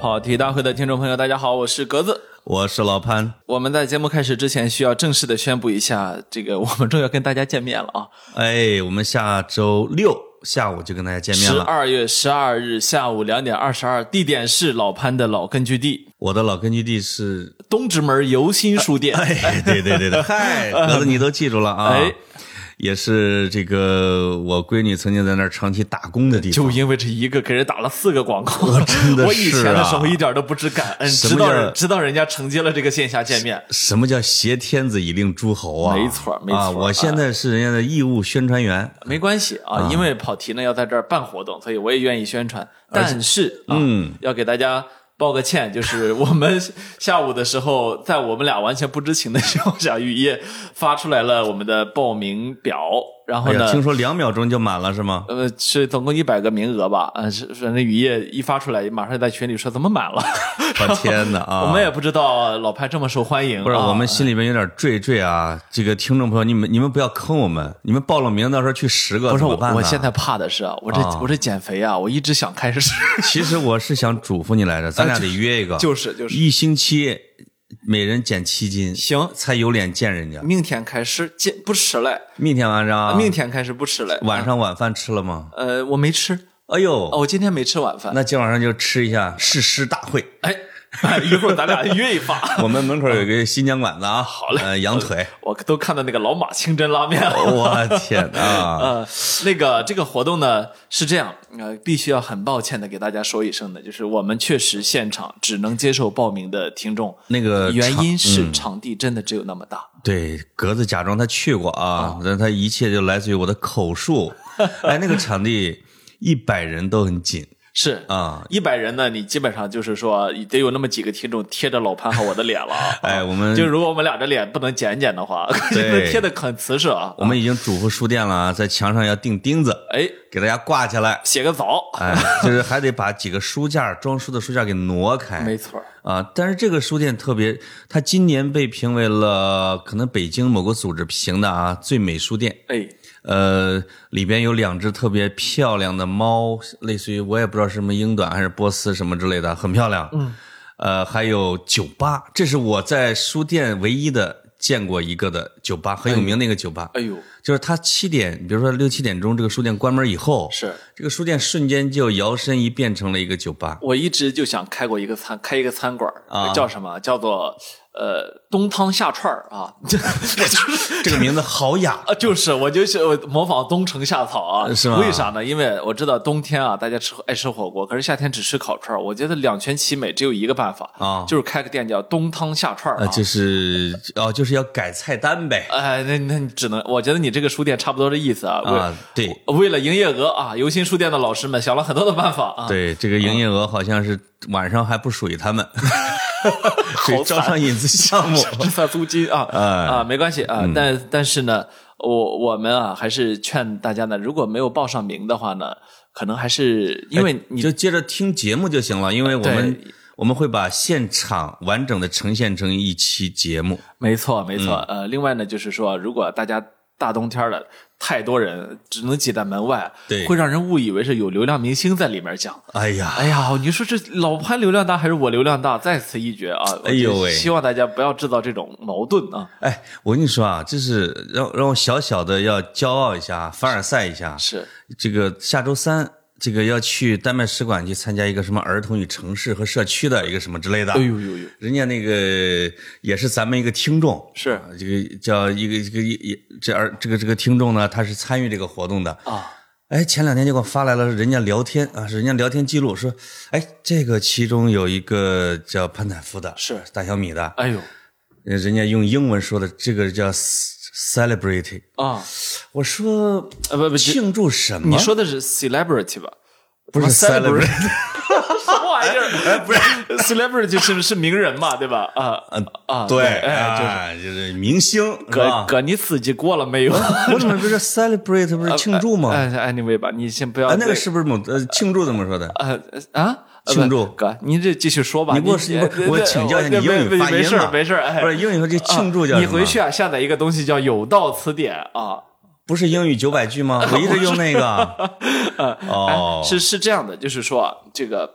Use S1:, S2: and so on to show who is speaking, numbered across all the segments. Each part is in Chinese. S1: 好体育大会的听众朋友，大家好，我是格子。
S2: 我是老潘，
S1: 我们在节目开始之前，需要正式的宣布一下，这个我 们终于要跟大家见面了啊！
S2: 哎，我们下周六下午就跟大家见面
S1: 十
S2: 了。
S1: 二月十二日下午两点二十二，地点是老潘的老根据地
S2: 我的老根据 地是，
S1: 东直门游心书店。
S2: 哎，对对对对，嗨，格子你都记住了啊，
S1: 哎
S2: 也是这个我闺女曾经在那儿长期打工的地方。
S1: 就因为这一个，给人打了四个广告，
S2: 真的是啊
S1: 我以前的时候一点都不知感恩，
S2: 什
S1: 直
S2: 么
S1: 到
S2: 叫
S1: 人直到人家承接了这个线下见面，
S2: 什么叫挟天子以令诸侯啊？
S1: 没错没错
S2: 啊！我现在是人家的义务宣传员，
S1: 没关系啊，因为跑题呢要在这儿办活动，所以我也愿意宣传。但是啊，
S2: 嗯
S1: 要给大家抱个歉，就是我们下午的时候，在我们俩完全不知情的情况下，雨夜发出来了我们的报名表，然后
S2: 哎
S1: 呢
S2: 呀，。听说两秒钟就满了是 吗？
S1: 呃，是总共一百个名额吧？呃，是反正雨夜一发出来，马上在群里说怎么满了，
S2: 我天哪啊！
S1: 我们也不知道老潘这么受欢迎。
S2: 不是，
S1: 啊
S2: 我们心里边有点惴惴啊！这个听众朋友，你们你们不要坑我们，你们报了名，到时候去十个
S1: 不是
S2: 怎么
S1: 我
S2: 办，呢？
S1: 我现在怕的是啊，我这我这减肥啊，我一直想开始，
S2: 其实我是想嘱咐你来着，咱俩得约一个，
S1: 啊就是就是
S2: 一星期每人减七斤，
S1: 行
S2: 才有脸见人家。
S1: 明天开始减不吃了。
S2: 明天晚上，
S1: 嗯啊明天开始不吃了。
S2: 啊晚上晚饭吃了吗？
S1: 呃，我没吃，
S2: 哎呦，
S1: 哦，我今天没吃晚饭。
S2: 那今晚上就吃一下誓师大 会。
S1: 哎，哎一会儿咱俩约一发。
S2: 我们门口有一个新疆馆子啊，好
S1: 嘞
S2: 呃，羊腿，
S1: 我都看到那个老马清真拉面了。
S2: 我天哦啊！
S1: 呃，那个这个活动呢是这样，呃，必须要很抱歉的给大家说一声的，就是我们确实现场只能接受报名的听众，
S2: 那个
S1: 原
S2: 场嗯
S1: 因是场地真的只有那么大。
S2: 对，格子假装他去过啊，
S1: 哦
S2: 但他一切就来自于我的口 述。哎，那个场地一百人都很紧
S1: 是
S2: 啊。
S1: 一百人呢，你基本上就是说得有那么几个听众贴着老潘和我的脸了啊。
S2: 哎，我们
S1: 就如果我们俩这脸不能剪剪的话，
S2: 对
S1: 能贴的很瓷实啊。
S2: 我们已经嘱咐书店了啊，在墙上要钉钉子，
S1: 哎，
S2: 给大家挂起 来。
S1: 写个早，
S2: 哎，就是还得把几个书架装书的书架给挪开
S1: 没错儿，
S2: 啊。但是这个书店特别，它今年被评为了可能北京某个组织评的啊最美书店。
S1: 哎，
S2: 呃，里边有两只特别漂亮的猫，类似于我也不知道是什么英短还是波斯什么之类的，很漂亮。嗯，呃，还有酒吧，这是我在书店唯一的见过一个的酒吧，很有名的一个酒吧。
S1: 哎呦，
S2: 就是它七点，比如说六七点钟，这个书店关门以后，
S1: 是
S2: 这个书店瞬间就摇身一变成了一个酒吧。
S1: 我一直就想开过一个餐，开一个餐馆儿
S2: 啊
S1: 叫什么？叫做呃东汤下串儿啊， 就是
S2: 这个名字好 雅，
S1: 啊，就是我就是我模仿东城夏草啊，
S2: 是吗
S1: 为啥呢？因为我知道冬天啊，大家吃爱吃火锅，可是夏天只吃烤串儿。我觉得两全其美只有一个办法
S2: 啊
S1: 就是开个店叫东汤下串儿啊。
S2: 呃，就是哦，就是要改菜单呗。
S1: 哎，那那你只能，我觉得你这个书店差不多这意思啊。为
S2: 啊，对，
S1: 为了营业额啊，游心书店的老师们想了很多的办法啊。
S2: 对，这个营业额好像是晚上还不属于 他们，所以招商引 资项目。 哎嗯
S1: 这算租金啊啊，没关系啊，但但是呢，我我们啊还是劝大家呢，如果没有报上名的话呢，可能还是因为
S2: 你
S1: 你
S2: 就接着听节目就行了，因为我们我们会把现场完整的呈现成一期节目。
S1: 没错没错，
S2: 嗯
S1: 呃，另外呢就是说，如果大家大冬天的太多人，只能挤在门外，
S2: 对
S1: 会让人误以为是有流量明星在里面讲。
S2: 哎呀，
S1: 哎呀，你说这老潘流量大还是我流量大？在此一决啊！
S2: 哎呦喂
S1: 希望大家不要制造这种矛盾啊！
S2: 哎，我跟你说啊，这是让让我小小的要骄傲一下，凡尔赛一下。
S1: 是
S2: 这个下周三，这个要去丹麦使馆去参加一个什么儿童与城市和社区的一个什么之类的。
S1: 哎呦呦呦，
S2: 人家那个也是咱们一个听众，
S1: 是
S2: 啊这个叫一个这个一一这儿这个这个听众呢，他是参与这个活动的
S1: 啊。
S2: 哎，前两天就给我发来了人家聊天啊，是人家聊天记录说，哎，这个其中有一个叫潘采夫的，
S1: 是
S2: 大小米的，
S1: 哎呦
S2: 人家用英文说的，这个叫 celebrity。
S1: 啊！
S2: 我说
S1: 呃不不，
S2: 庆祝什么？
S1: 你说的是 celebrity 吧？
S2: 啊
S1: 啊
S2: 不是
S1: celebrity，
S2: celebrity 哎
S1: 什么玩意儿？不是 celebrity 是是名人嘛，对吧？啊 啊，
S2: 呃对，
S1: 哎，
S2: 哎，就是明星，
S1: 就是哥
S2: 吧
S1: 哥，你自己过了没有？
S2: 我怎么不是 celebrate 不是 庆祝吗？
S1: 哎，anyway 吧，你先不要
S2: 啊，那
S1: 这
S2: 个是不是某呃庆祝怎么说的？
S1: 呃啊呃
S2: 庆祝
S1: 不哥，您这继续说吧。呃
S2: 你给我你给我
S1: 啊对
S2: 我
S1: 对
S2: 请教一下你
S1: 对
S2: 英语
S1: 没
S2: 发音
S1: 没事
S2: 嘛
S1: 没事，哎，
S2: 不是英语说这庆祝叫
S1: 啊你
S2: 什么？
S1: 回去啊，下载一个东西叫有道词典啊。
S2: 不是英语九 百
S1: 哎
S2: 句吗？我一直用那个。哦，
S1: 是是这样的，就是说这个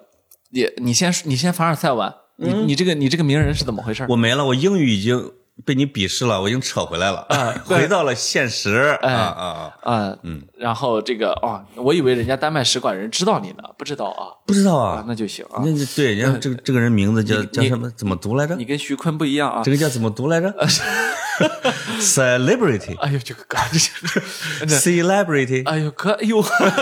S1: 也你先你先凡尔赛完，你
S2: 嗯
S1: 你这个你这个名人是怎么回事？
S2: 我没了，我英语已经被你鄙视了，我已经扯回来了，
S1: 啊对
S2: 回到了现实。
S1: 哎
S2: 啊啊，啊
S1: 啊，嗯，然后这个哦，我以为人家丹麦使馆人知道你呢，不知道啊，
S2: 不知道
S1: 啊
S2: 啊，
S1: 那就行啊。
S2: 那对，人家这个这个人名字叫
S1: 你
S2: 叫什么？怎么读来着
S1: 你？呃跟徐坤不一样啊
S2: 这。个叫怎么读来着 ？Celebrity，Celebrity，
S1: 哎呦，这个嘎，这是，哎呦，可哎呦，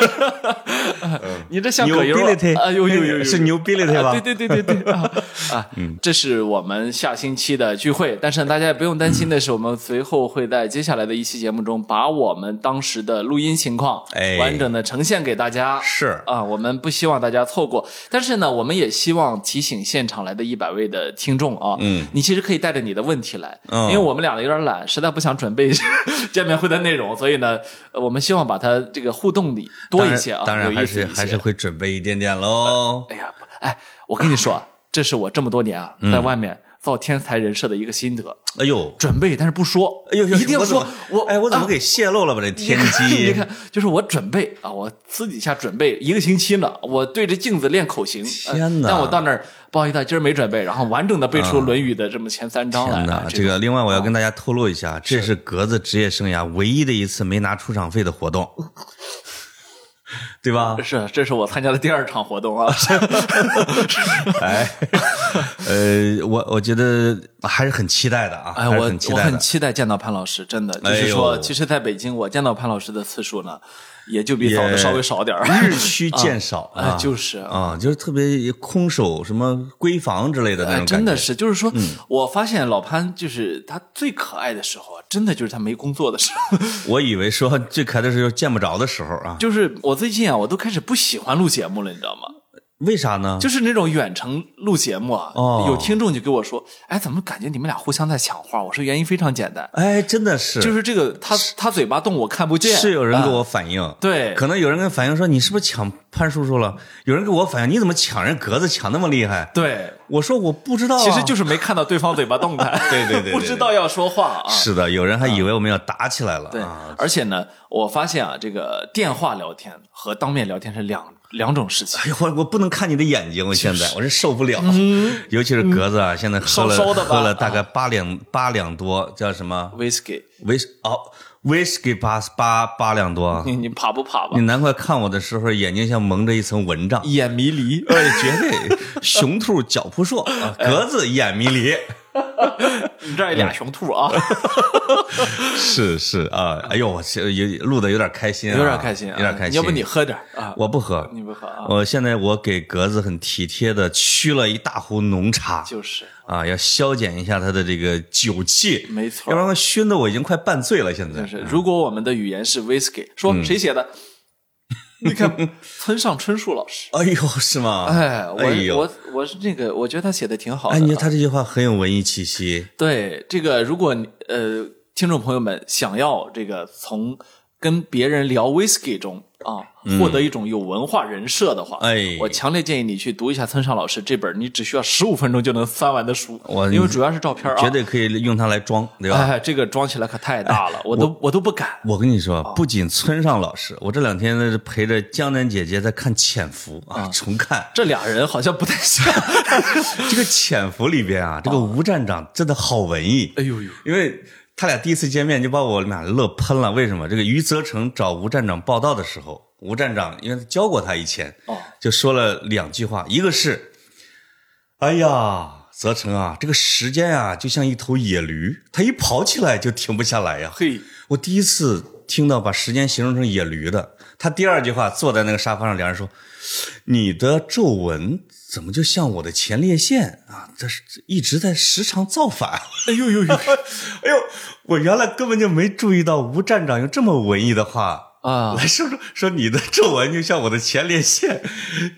S1: 你这像葛优啊
S2: Nobility
S1: 哎呦呦呦呦，
S2: 是 nobility 吧
S1: 啊对对对对对啊 啊！这是我们下星期的聚会，但是大家也不用担心的是，我们随后会在接下来的一期节目中，把我们当时的录音情况
S2: 哎
S1: 完整的呈现给大家。
S2: 是
S1: 啊，我们不希望大家错过，但是呢，我们也希望提醒现场来的一百位的听众啊，嗯，你其实可以带着你的问题来，
S2: 嗯
S1: 因为我们俩有点懒，实在不想准备 见面会的内容，所以呢，呃我们希望把它这个互动里多一些啊，
S2: 当然
S1: 有
S2: 还
S1: 意思
S2: 是
S1: 一些
S2: 还是会准备一点点喽。
S1: 哎呀，不哎，我跟你说啊，这是我这么多年啊，
S2: 嗯
S1: 在外面造天才人设的一个心得，
S2: 哎呦，
S1: 准备但是不说，
S2: 哎呦，
S1: 呃一定要
S2: 我怎
S1: 说
S2: 么，
S1: 我
S2: 哎，我怎么
S1: 啊
S2: 给泄露了吧？这 天
S1: 你
S2: 机，
S1: 看，就是我准备啊，我私底下准备一个星期呢，我对着镜子练口型。呃
S2: 天哪嗯
S1: 但我到那儿，不好意思，今儿没准备，然后完整的背出《论语》的这么前三章来
S2: 天
S1: 啊
S2: 哪！。这个，另外我要跟大家透露一下，这是格子职业生涯唯一的一次没拿出场费的活动， 对吧
S1: 种？是，这是我参加的第二场活 动啊。是
S2: 哎，呃，我我觉得还是很期待的啊，
S1: 哎，
S2: 还是
S1: 我
S2: 很期
S1: 我
S2: 待
S1: 很
S2: 的。
S1: 期待见到潘老师，真的。就
S2: 哎
S1: 是
S2: 呦
S1: 说，其实在北京，我见到潘老师的次数呢，也就比早的
S2: 也
S1: 稍微少点儿。
S2: 日趋见少
S1: 啊
S2: 啊，
S1: 就是
S2: 啊，就是特别空手什么闺房之类的嗯那
S1: 哎，
S2: 种
S1: 真
S2: 感觉。嗯
S1: 的是，就是说，我发现老潘就是他最可爱的时候啊，真的就是他没工作的时候。
S2: 我以为说最开的时候见不着的时候啊，
S1: 就是我最近啊，我都开始不喜欢录节目了，你知道吗？
S2: 嗯为啥呢？
S1: 就是那种远程录节目啊，
S2: 哦
S1: 有听众就给我说：“哎，怎么感觉你们俩互相在抢话？”我说原因非常简单，
S2: 哎，真的是，
S1: 就是这个他他嘴巴动我看不见，
S2: 是有人给
S1: 啊
S2: 我反映，
S1: 对
S2: 可能有人跟反映说你是不是抢潘叔叔了？有人给我反映你怎么抢人格子抢那么厉害？
S1: 对，
S2: 我说我不知道啊、
S1: 其实就是没看到对方嘴巴动弹，
S2: 对对对对对
S1: 不知道要说话啊。
S2: 是的，有人还以为我们要打起来了
S1: 对
S2: 啊！，
S1: 而且呢，我发现啊，这个电话聊天和当面聊天是两两种 事情。
S2: 哎呦，我我不能看你的眼睛，我现在我是受不了，
S1: 嗯
S2: 尤其是格子啊，现在喝了
S1: 烧烧的吧啊
S2: 喝了大概八两八两多，叫什么
S1: Whisky，
S2: 威哦威士忌八八八两多，啊
S1: 你你怕不怕吧
S2: 你？难怪看我的时候眼睛像蒙着一层蚊帐。
S1: 眼迷离，
S2: 哎，绝对雄兔脚扑朔，啊
S1: 哎
S2: 格子眼迷离，
S1: 你这儿有俩雄兔啊。
S2: 是是啊，哎呦，我是有录的有点开心、啊，
S1: 有点开心、啊，
S2: 有点开心。
S1: 要不你喝点儿啊？
S2: 我不喝，
S1: 你不喝啊
S2: 我现在我给格子很体贴的沏了一大壶浓茶，
S1: 就是
S2: 啊，要消减一下他的这个酒气，
S1: 没错
S2: 要不然熏的我已经快半醉了，现在
S1: 就是，如果我们的语言是 whisky，说
S2: 嗯
S1: 谁写的？你 看村上春树老师，
S2: 哎呦，是吗？
S1: 哎，我、
S2: 哎呦，
S1: 我我是那个，我觉得他写的挺好的。
S2: 哎，你说他这句话很有文艺气息，
S1: 对这个，如果你呃听众朋友们想要这个从跟别人聊 whisky 中啊获得一种有文化人设的话，
S2: 嗯哎
S1: 我强烈建议你去读一下村上老师这本你只需要十五分钟就能翻完的书，
S2: 我
S1: 因为主要是照片啊，
S2: 绝对可以用它来装，对吧？
S1: 哎，这个装起来可太大了，哎我都我都不敢。
S2: 我跟你说，
S1: 哦
S2: 不仅村上老师，我这两天呢是陪着江南姐姐在看《潜伏》啊，重看。
S1: 这俩人好像不太像。
S2: 这个《潜伏》里边啊，这个吴站长真的好文艺，
S1: 哦哎呦呦，
S2: 因为他俩第一次见面就把我们俩乐喷了。为什么？这个余则成找吴站长报道的时候，吴站长因为他教过他以前，
S1: 哦
S2: 就说了两句话，一个是：“哎呀，则成啊，这个时间啊，就像一头野驴，它一跑起来就停不下来呀。”
S1: 嘿，
S2: 我第一次听到把时间形容成野驴的。他第二句话坐在那个沙发上，两人说：“你的皱纹怎么就像我的前列腺啊？这是一直在时常造反。
S1: 哎呦呦呦”
S2: 哎呦，我原来根本就没注意到吴站长用这么文艺的话
S1: 啊！
S2: 来说说你的皱纹就像我的前列腺，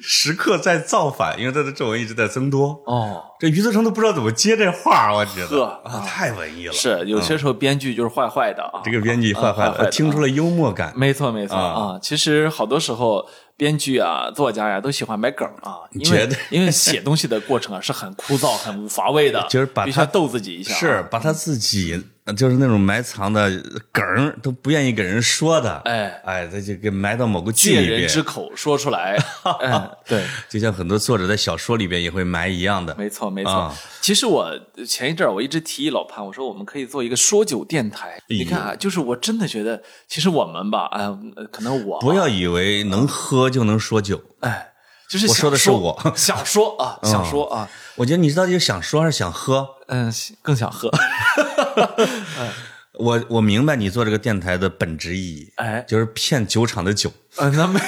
S2: 时刻在造反，因为他的皱纹一直在增多。
S1: 哦，
S2: 这余则成都不知道怎么接这话，我觉
S1: 呵
S2: 得啊，太文艺了。
S1: 是有些时候编剧就是坏坏的啊。
S2: 这个编辑坏坏
S1: 啊坏坏的
S2: 了，听出了幽默感。
S1: 没错没错
S2: 啊
S1: 啊，其实好多时候编剧啊、作家呀都喜欢买梗啊，因
S2: 绝
S1: 为
S2: 对
S1: 因为写东西的过程啊是很枯燥、很乏味的，
S2: 就是把
S1: 必须
S2: 它
S1: 要逗自己一下啊。
S2: 是把他自己呃就是那种埋藏的梗儿都不愿意给人说的，
S1: 哎
S2: 哎，他就给埋到某个剧
S1: 借
S2: 里
S1: 人
S2: 边，
S1: 之口说出 来。哎对，
S2: 就像很多作者在小说里边也会埋一样的，
S1: 没错没错。
S2: 啊
S1: 其实我前一阵儿我一直提议老潘，我说我们可以做一个说酒电
S2: 哎
S1: 台。你看啊，就是我真的觉得，其实我们吧，哎，呃可能我啊
S2: 不要以为能喝就能说酒。
S1: 哎，就是
S2: 我
S1: 想
S2: 说的是我嗯
S1: 想说啊，想说啊，
S2: 我觉得你到底是想说还是想喝？
S1: 嗯，更想喝。
S2: 我我明白你做这个电台的本质意义，
S1: 哎
S2: 就是骗酒厂的酒。
S1: 嗯，那 没，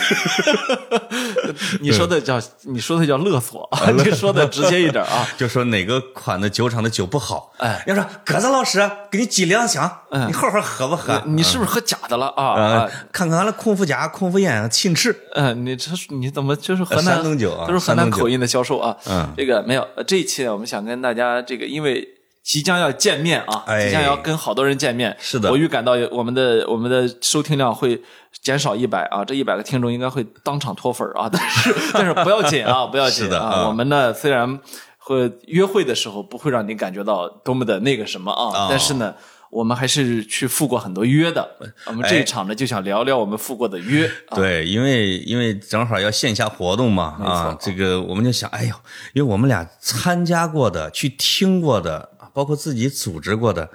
S1: 你说的叫你说的叫勒索，啊， 你说的直接一点 啊。
S2: 就说哪个款的酒厂的酒不好，
S1: 哎，嗯
S2: 要说格子老师给你几两响，你后边喝不喝？
S1: 你是不是喝假的了啊？
S2: 啊
S1: 啊，，
S2: 看看了空腹甲、空腹烟、沁翅，
S1: 嗯，你这是你怎么就是河
S2: 呃
S1: 南
S2: 山东酒啊
S1: 都是河南
S2: 山东酒
S1: 口音的销售啊。
S2: 嗯
S1: 这个没有，呃这一期呢我们想跟大家这个，因为即将要见面啊，
S2: 哎
S1: 即将要跟好多人见面，
S2: 是的
S1: 我预感到我们的我们的收听量会减少一百啊，这一百个听众应该会当场脱粉儿啊，但 是但是不要紧 啊，不要紧
S2: 是的
S1: 啊，
S2: 嗯
S1: 我们呢虽然会约会的时候不会让你感觉到多么的那个什么啊，
S2: 哦
S1: 但是呢。我们还是去赴过很多约的，我们这一
S2: 哎
S1: 场呢就想聊聊我们赴过的约 啊。
S2: 对，因为因为正好要线下活动嘛，啊，这个我们就想，哎呦，因为我们俩参加过的、去听过的，啊包括自己组织过的。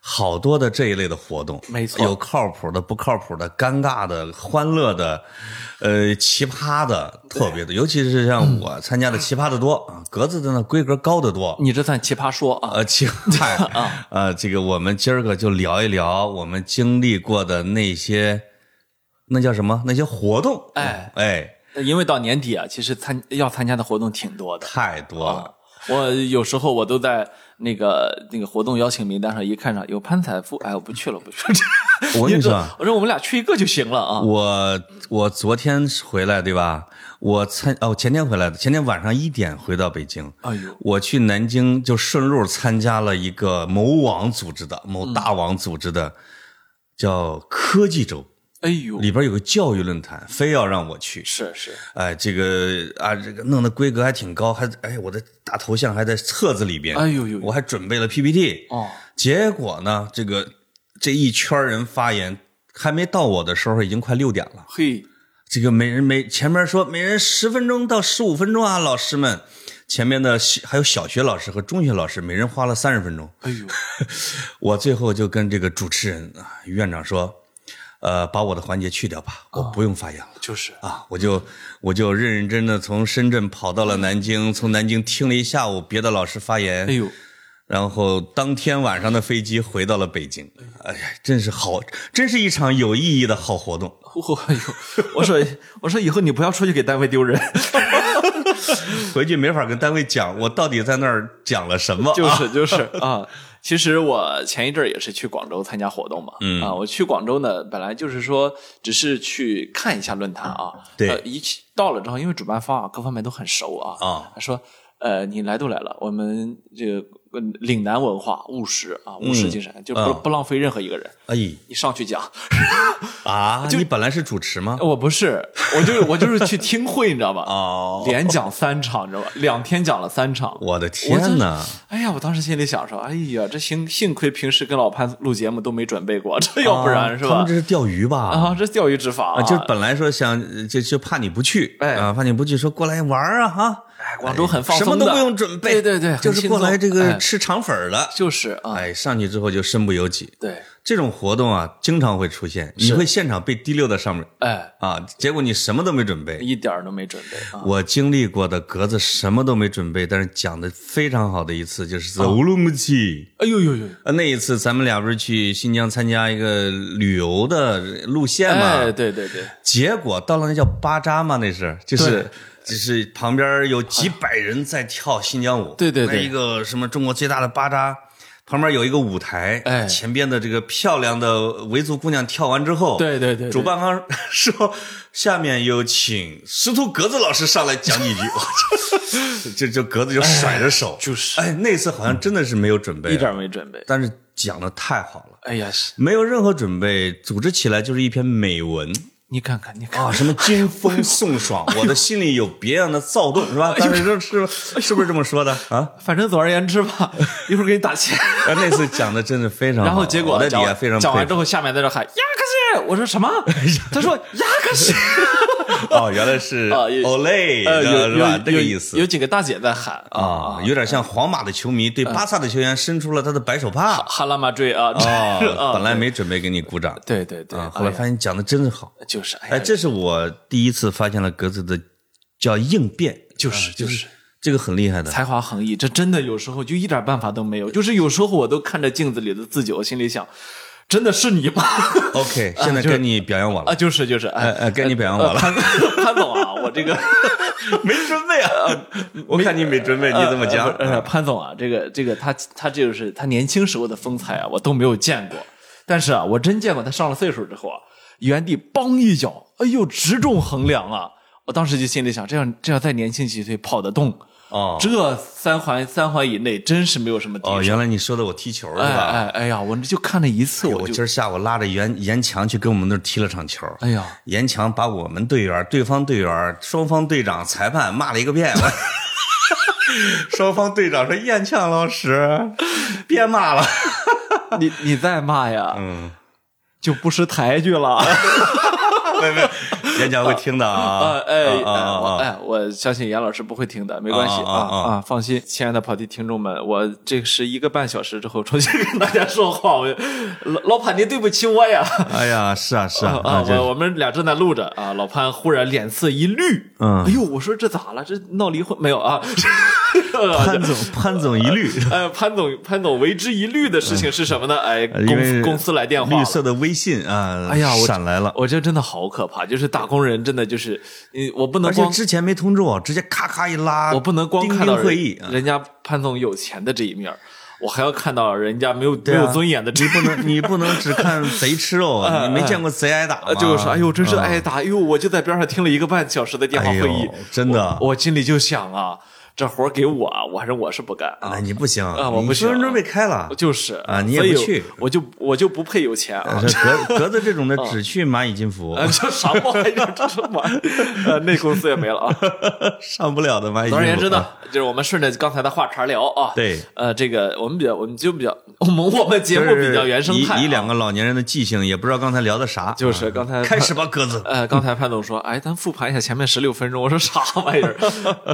S2: 好多的这一类的活动，
S1: 没错
S2: 有靠谱的、不靠谱的、尴尬的、欢乐的，呃，奇葩的，特别的，尤其是
S1: 嗯
S2: 像我参加的奇葩的多啊，格子的呢规格高得多，
S1: 你这算奇葩说啊？
S2: 呃，青菜 啊，呃，这个我们今儿个就聊一聊我们经历过的那些，那叫什么？那些活动，
S1: 哎
S2: 哎，
S1: 因为到年底啊，其实参要参加的活动挺多的。
S2: 太多了。
S1: 我有时候我都在那个那个活动邀请名单上一看上有潘彩夫，哎，我不去了，不去了。
S2: 我跟你说啊，
S1: 我说我们俩去一个就行了啊。
S2: 我我昨天回来对吧？我参哦前天回来的，前天晚上一点回到北京。
S1: 哎呦
S2: 我去南京就顺路参加了一个某网组织的某大网组织的、叫科技周，
S1: 哎呦，
S2: 里边有个教育论坛，非要让我去。
S1: 是是，
S2: 哎，这个啊，这个弄的规格还挺高，还哎，我的大头像还在册子里边。
S1: 哎呦呦
S2: 我还准备了 PPT。
S1: 哦，
S2: 结果呢，这个这一圈人发言，还没到我的时候，已经快六点了。
S1: 嘿，
S2: 这个每人每前面说每人十分钟到十五分钟啊，老师们，前面的小还有小学老师和中学老师，每人花了三十分钟。
S1: 哎呦，
S2: 我最后就跟这个主持人啊院长说，呃，把我的环节去掉吧，我
S1: 哦
S2: 不用发言了。
S1: 就是
S2: 啊，我就我就认认真真从深圳跑到了南京，从南京听了一下午别的老师发言，
S1: 哎呦，
S2: 然后当天晚上的飞机回到了北京。哎呀，真是好，真是一场有意义的好活动。
S1: 我哎呦，我说我说以后你不要出去给单位丢人，
S2: 回去没法跟单位讲我到底在那儿讲了什么。
S1: 就
S2: 啊
S1: 是就是啊。其实我前一阵儿也是去广州参加活动嘛，嗯啊，我去广州呢，本来就是说只是去看一下论坛啊，
S2: 对
S1: 呃一起到了之后，因为主办方啊各方面都很熟啊，
S2: 啊
S1: 他说，呃，你来都来了，我们这个呃岭南文化务实啊，务实精神，就不、
S2: 嗯
S1: 不浪费任何一个人，
S2: 哎
S1: 你上去讲，
S2: 啊，你本来是主持吗？
S1: 我不是，我就是我就是去听会，你知道吧？
S2: 哦，
S1: 连讲三场，你知道吧？两天讲了三 场，
S2: 我的天哪！
S1: 哎呀，我当时心里想说，哎呀，这幸幸亏平时跟老潘录节目都没准备过，这要不然、是
S2: 啊他们
S1: 吧
S2: 这？是钓鱼吧？
S1: 啊，这钓鱼执法啊，
S2: 啊，就是本来说想呃就就怕你不去，
S1: 哎
S2: 啊，怕你不去，说过来玩儿啊哈。
S1: 哎广州很放
S2: 什
S1: 松的，
S2: 么都不用准
S1: 对
S2: 备，
S1: 对对，
S2: 就
S1: 很
S2: 是
S1: 轻
S2: 过来
S1: 松
S2: 这个
S1: 哎
S2: 吃肠粉儿的。
S1: 就是啊，
S2: 哎，上去之后就身不由己。
S1: 对，
S2: 这种活动啊，经常会出现，你会现场被滴溜到上面
S1: 哎，
S2: 啊，结果你什么都没准备。
S1: 一点儿都没准备啊，
S2: 我经历过的格子什么都没准备，但是讲的非常好的一次就是
S1: 啊
S2: 在乌鲁木齐。
S1: 哎呦呦呦，
S2: 呃那一次咱们俩不是去新疆参加一个旅游的路线嘛？
S1: 哎，对对对，
S2: 结果到了那叫巴扎嘛，那是就是
S1: 对
S2: 就是旁边有几百人在跳新疆舞，
S1: 啊对对对
S2: 那一个什么中国最大的巴扎。旁边有一个舞台，
S1: 哎
S2: 前边的这个漂亮的维族姑娘跳完之后，
S1: 对对对对
S2: 主办方说下面有请司徒格子老师上来讲几句， 就 就格子就甩着手，
S1: 就是嗯
S2: 哎，那次好像真的是没有准备，
S1: 一点儿没准备，
S2: 但是讲的太好了，
S1: 哎呀，是
S2: 没有任何准备，组织起来就是一篇美文。
S1: 你看看，你看
S2: 啊，什么
S1: 哎
S2: 金风送爽，我的心里有别样的躁动，是吧？
S1: 哎
S2: 当时是是是不是这么说的啊？
S1: 反正总而言之吧，一会儿给你打钱。
S2: 啊那次讲的真是非常好，
S1: 然后结果
S2: 我的
S1: 讲
S2: 底下
S1: 完
S2: 非常
S1: 讲完
S2: 佩
S1: 之
S2: 服哎
S1: 后，下面在这喊“雅克西”，我说什么？他说“雅克 西”，
S2: 哦，原来是
S1: 啊有
S2: Olay，
S1: 呃，有
S2: 是
S1: 有
S2: 吧？这个
S1: 有
S2: 意思
S1: 有几个大姐在喊
S2: 啊，有点像皇马的球迷
S1: 呃
S2: 对巴萨的球员伸出了他的白手帕
S1: 哈拉马坠啊，这是
S2: 哦，
S1: 啊，
S2: 本来没准备给你鼓掌
S1: 对对对，
S2: 啊，后来
S1: 哎呀
S2: 发现讲的真是好，
S1: 就是哎
S2: 哎，
S1: 呀，
S2: 这是我第一次发现了格子的叫应变，
S1: 呃就是就是。
S2: 这个很厉害的。
S1: 才华横溢，这真的有时候就一点办法都没有。就是有时候我都看着镜子里的自己，我心里想，真的是你吗？
S2: OK，现在该你表扬我
S1: 啊，
S2: 了，
S1: 就是就是，
S2: 呃
S1: 哎，
S2: 呃，该你表扬我了，
S1: 潘潘总啊，我这个
S2: 没准备啊， 我看你没准备，你怎么讲？
S1: 呃呃潘总啊，这个这个他他这就是他年轻时候的风采啊，我都没有见过。但是啊，我真见过他上了岁数之后啊，原地梆一脚，哎呦，直中横梁啊！我当时就心里想，这样这样再年轻几岁跑得动，
S2: 哦
S1: 这三环三环以内真是没有什么敌
S2: 哦，
S1: 手。
S2: 原来你说的我踢球是
S1: 呃哎
S2: 吧？哎
S1: 哎哎呀，我就看了一次，
S2: 我
S1: 我
S2: 今
S1: 就
S2: 儿下午拉着严严强去跟我们那儿踢了场球，
S1: 哎 呀，
S2: 严强把我们队员、对方队员、双方队长、裁判骂了一个遍。 我双方队长说：“燕强 老师，别骂了。
S1: 你你再骂呀，
S2: 嗯
S1: 就不识抬举了。
S2: 没有”没有，严强会听的啊
S1: 啊，！哎，哎
S2: 啊啊
S1: 我
S2: 啊！
S1: 哎，我相信严老师不会听的，没关系
S2: 啊啊啊
S1: 啊，放心，亲爱的跑题听众们，我这是一个半小时之后重新跟大家说话，我老老潘，您对不起我呀。
S2: 哎呀，是 啊是啊，
S1: 啊，
S2: 那就
S1: 我我们俩正在录着啊，老潘忽然脸色一绿，
S2: 嗯
S1: 哎呦，我说这咋了？这闹离婚没有 啊？
S2: 潘总潘总一 律，
S1: 呃，潘总潘总为之一虑的事情是什么呢？哎，
S2: 呃因为
S1: 公公司来电话
S2: 绿
S1: 了。
S2: 色的微信啊，
S1: 哎呀，我
S2: 闪来了。
S1: 我觉得真的好可怕，就是打工人真的就是，嗯，我不能
S2: 而且
S1: 光
S2: 之前没通知我，直接咔咔一拉，
S1: 我不能光看
S2: 钉
S1: 到
S2: 钉
S1: 人
S2: 会议啊，
S1: 人家潘总有钱的这一面儿，我还要看到人家没有、没
S2: 啊
S1: 有尊严的这
S2: 你不能 你不能只看贼吃肉，啊 你没
S1: 哎
S2: 见过贼挨打吗
S1: 呃，？就是说，哎呦，真是挨打！哎呦，我就在边上听了一个半小时的电话会
S2: 嗯哎
S1: 议
S2: 呦，真的
S1: 我我心里就想啊，这活儿给我，我还是我是不干啊，
S2: 那你不行
S1: 啊我
S2: 你
S1: 不行
S2: 分分钟被开了。
S1: 就是
S2: 啊你也
S1: 所以
S2: 不去
S1: 我就我就不配有钱啊，
S2: 这 格格子这种的只去蚂蚁金服，
S1: 这啥玩意儿，这什么玩意儿？ 呃，那公司也没了 啊。
S2: 哎上不了的蚂蚁金服。
S1: 总
S2: 啊
S1: 而言之呢，就是我们顺着刚才的话茬聊啊。
S2: 对
S1: 呃，这个我们比较，我们就比较，我们我们节
S2: 就是
S1: 目比较原生态、啊
S2: 以以两个老年人的记性，也不知道刚才聊的啥。啊
S1: 就是刚才
S2: 开始吧，鸽 子。
S1: 呃，刚才潘总说，哎，咱复盘一下前面十六分钟，我说啥玩意儿？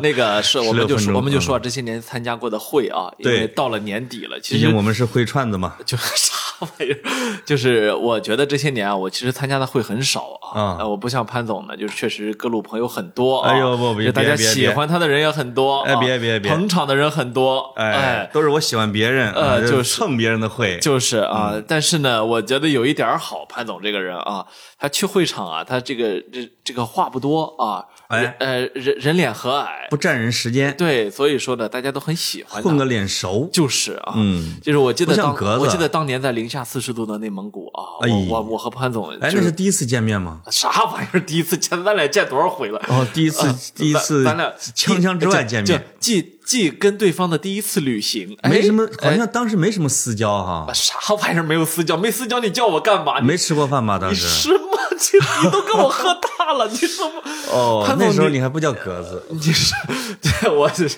S1: 那个 是我们就说
S2: 分钟嗯
S1: 我们就说这些年参加过的会啊，因为
S2: 对
S1: 到了年底了，其
S2: 毕
S1: 实
S2: 竟我们是灰串子嘛。
S1: 就 啥玩意儿？就是我觉得这些年啊，我其实参加的会很少啊
S2: 啊。
S1: 呃我不像潘总呢，就是确实各路朋友很多啊。
S2: 哎呦不别
S1: 就大
S2: 别
S1: 家
S2: 别
S1: 喜
S2: 别
S1: 欢他的人也很多啊。
S2: 哎别别别
S1: 捧场的人很多。
S2: 哎
S1: 哎，，
S2: 都是我喜欢别人，
S1: 呃
S2: 啊
S1: 就是
S2: 蹭别人的会。
S1: 就是啊，但是呢，我觉得有一点儿好，潘总这个人啊，他去会场啊，他这个这这个话不多啊，
S2: 哎
S1: 人呃，人人脸和蔼，
S2: 不占人时间，
S1: 对，所以说呢，大家都很喜欢
S2: 混
S1: 他，
S2: 个脸熟。
S1: 就是啊，
S2: 嗯，
S1: 就是我记得
S2: 不像
S1: 当
S2: 格子
S1: 我记得当年在零下四十度的内蒙古啊，
S2: 哎
S1: 我我我和潘总
S2: 哎，
S1: 就
S2: 那是
S1: 是
S2: 第一次见面吗？
S1: 啥玩意儿，第一次见，咱俩见多少回了？
S2: 哦，第一次
S1: 啊
S2: 第一次，
S1: 咱咱俩
S2: 锵锵之外见
S1: 就
S2: 面，，
S1: 就既既跟对方的第一次旅行，哎
S2: 没什么，好
S1: 哎
S2: 像当时没什么私交哈，
S1: 啥玩意儿没有私交，没私交你叫我干嘛？你
S2: 没吃过饭吧？当时
S1: 什 么？这你都跟我喝大了，你什么？
S2: 哦，
S1: 潘总
S2: 那时候
S1: 你
S2: 你还不叫格子，
S1: 你是对，我是，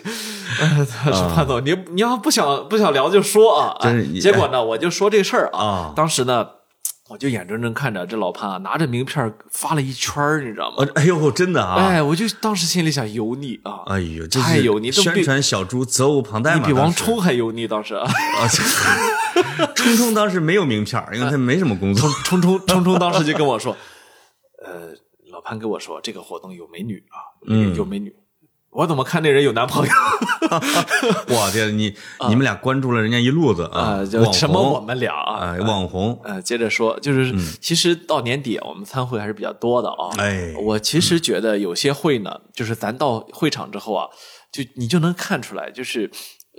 S1: 呃他是潘总，你你要不想不想聊就说啊。
S2: 真是
S1: 哎
S2: 你
S1: 结果呢，我就说这事儿
S2: 啊
S1: 啊，当时呢，我就眼睁睁看着这老潘啊拿着名片儿发了一圈儿，你知道吗？
S2: 呃，哎呦，真的啊，
S1: 哎，我就当时心里想油腻啊，
S2: 哎呦，这
S1: 太油腻，
S2: 是
S1: 都
S2: 宣
S1: 比
S2: 传小猪责无旁贷嘛，
S1: 比王
S2: 当时
S1: 冲还油腻，当时啊。
S2: 啊， 冲冲当时没有名片儿，因为他没什么 工作，
S1: 冲冲冲冲当时就跟我说，呃，老潘跟我说这个活动有美女啊，
S2: 嗯
S1: 有美女。我怎么看那人有男朋友
S2: 我天，你你们俩关注了人家一路子啊
S1: 啊？，就
S2: 网
S1: 什么我
S2: 红
S1: 们俩啊？
S2: 啊，网红，
S1: 呃，接着说，就是、其实到年底我们参会还是比较多的啊。
S2: 哎
S1: 我其实觉得有些会呢，就是咱到会场之后啊，就你就能看出来，就是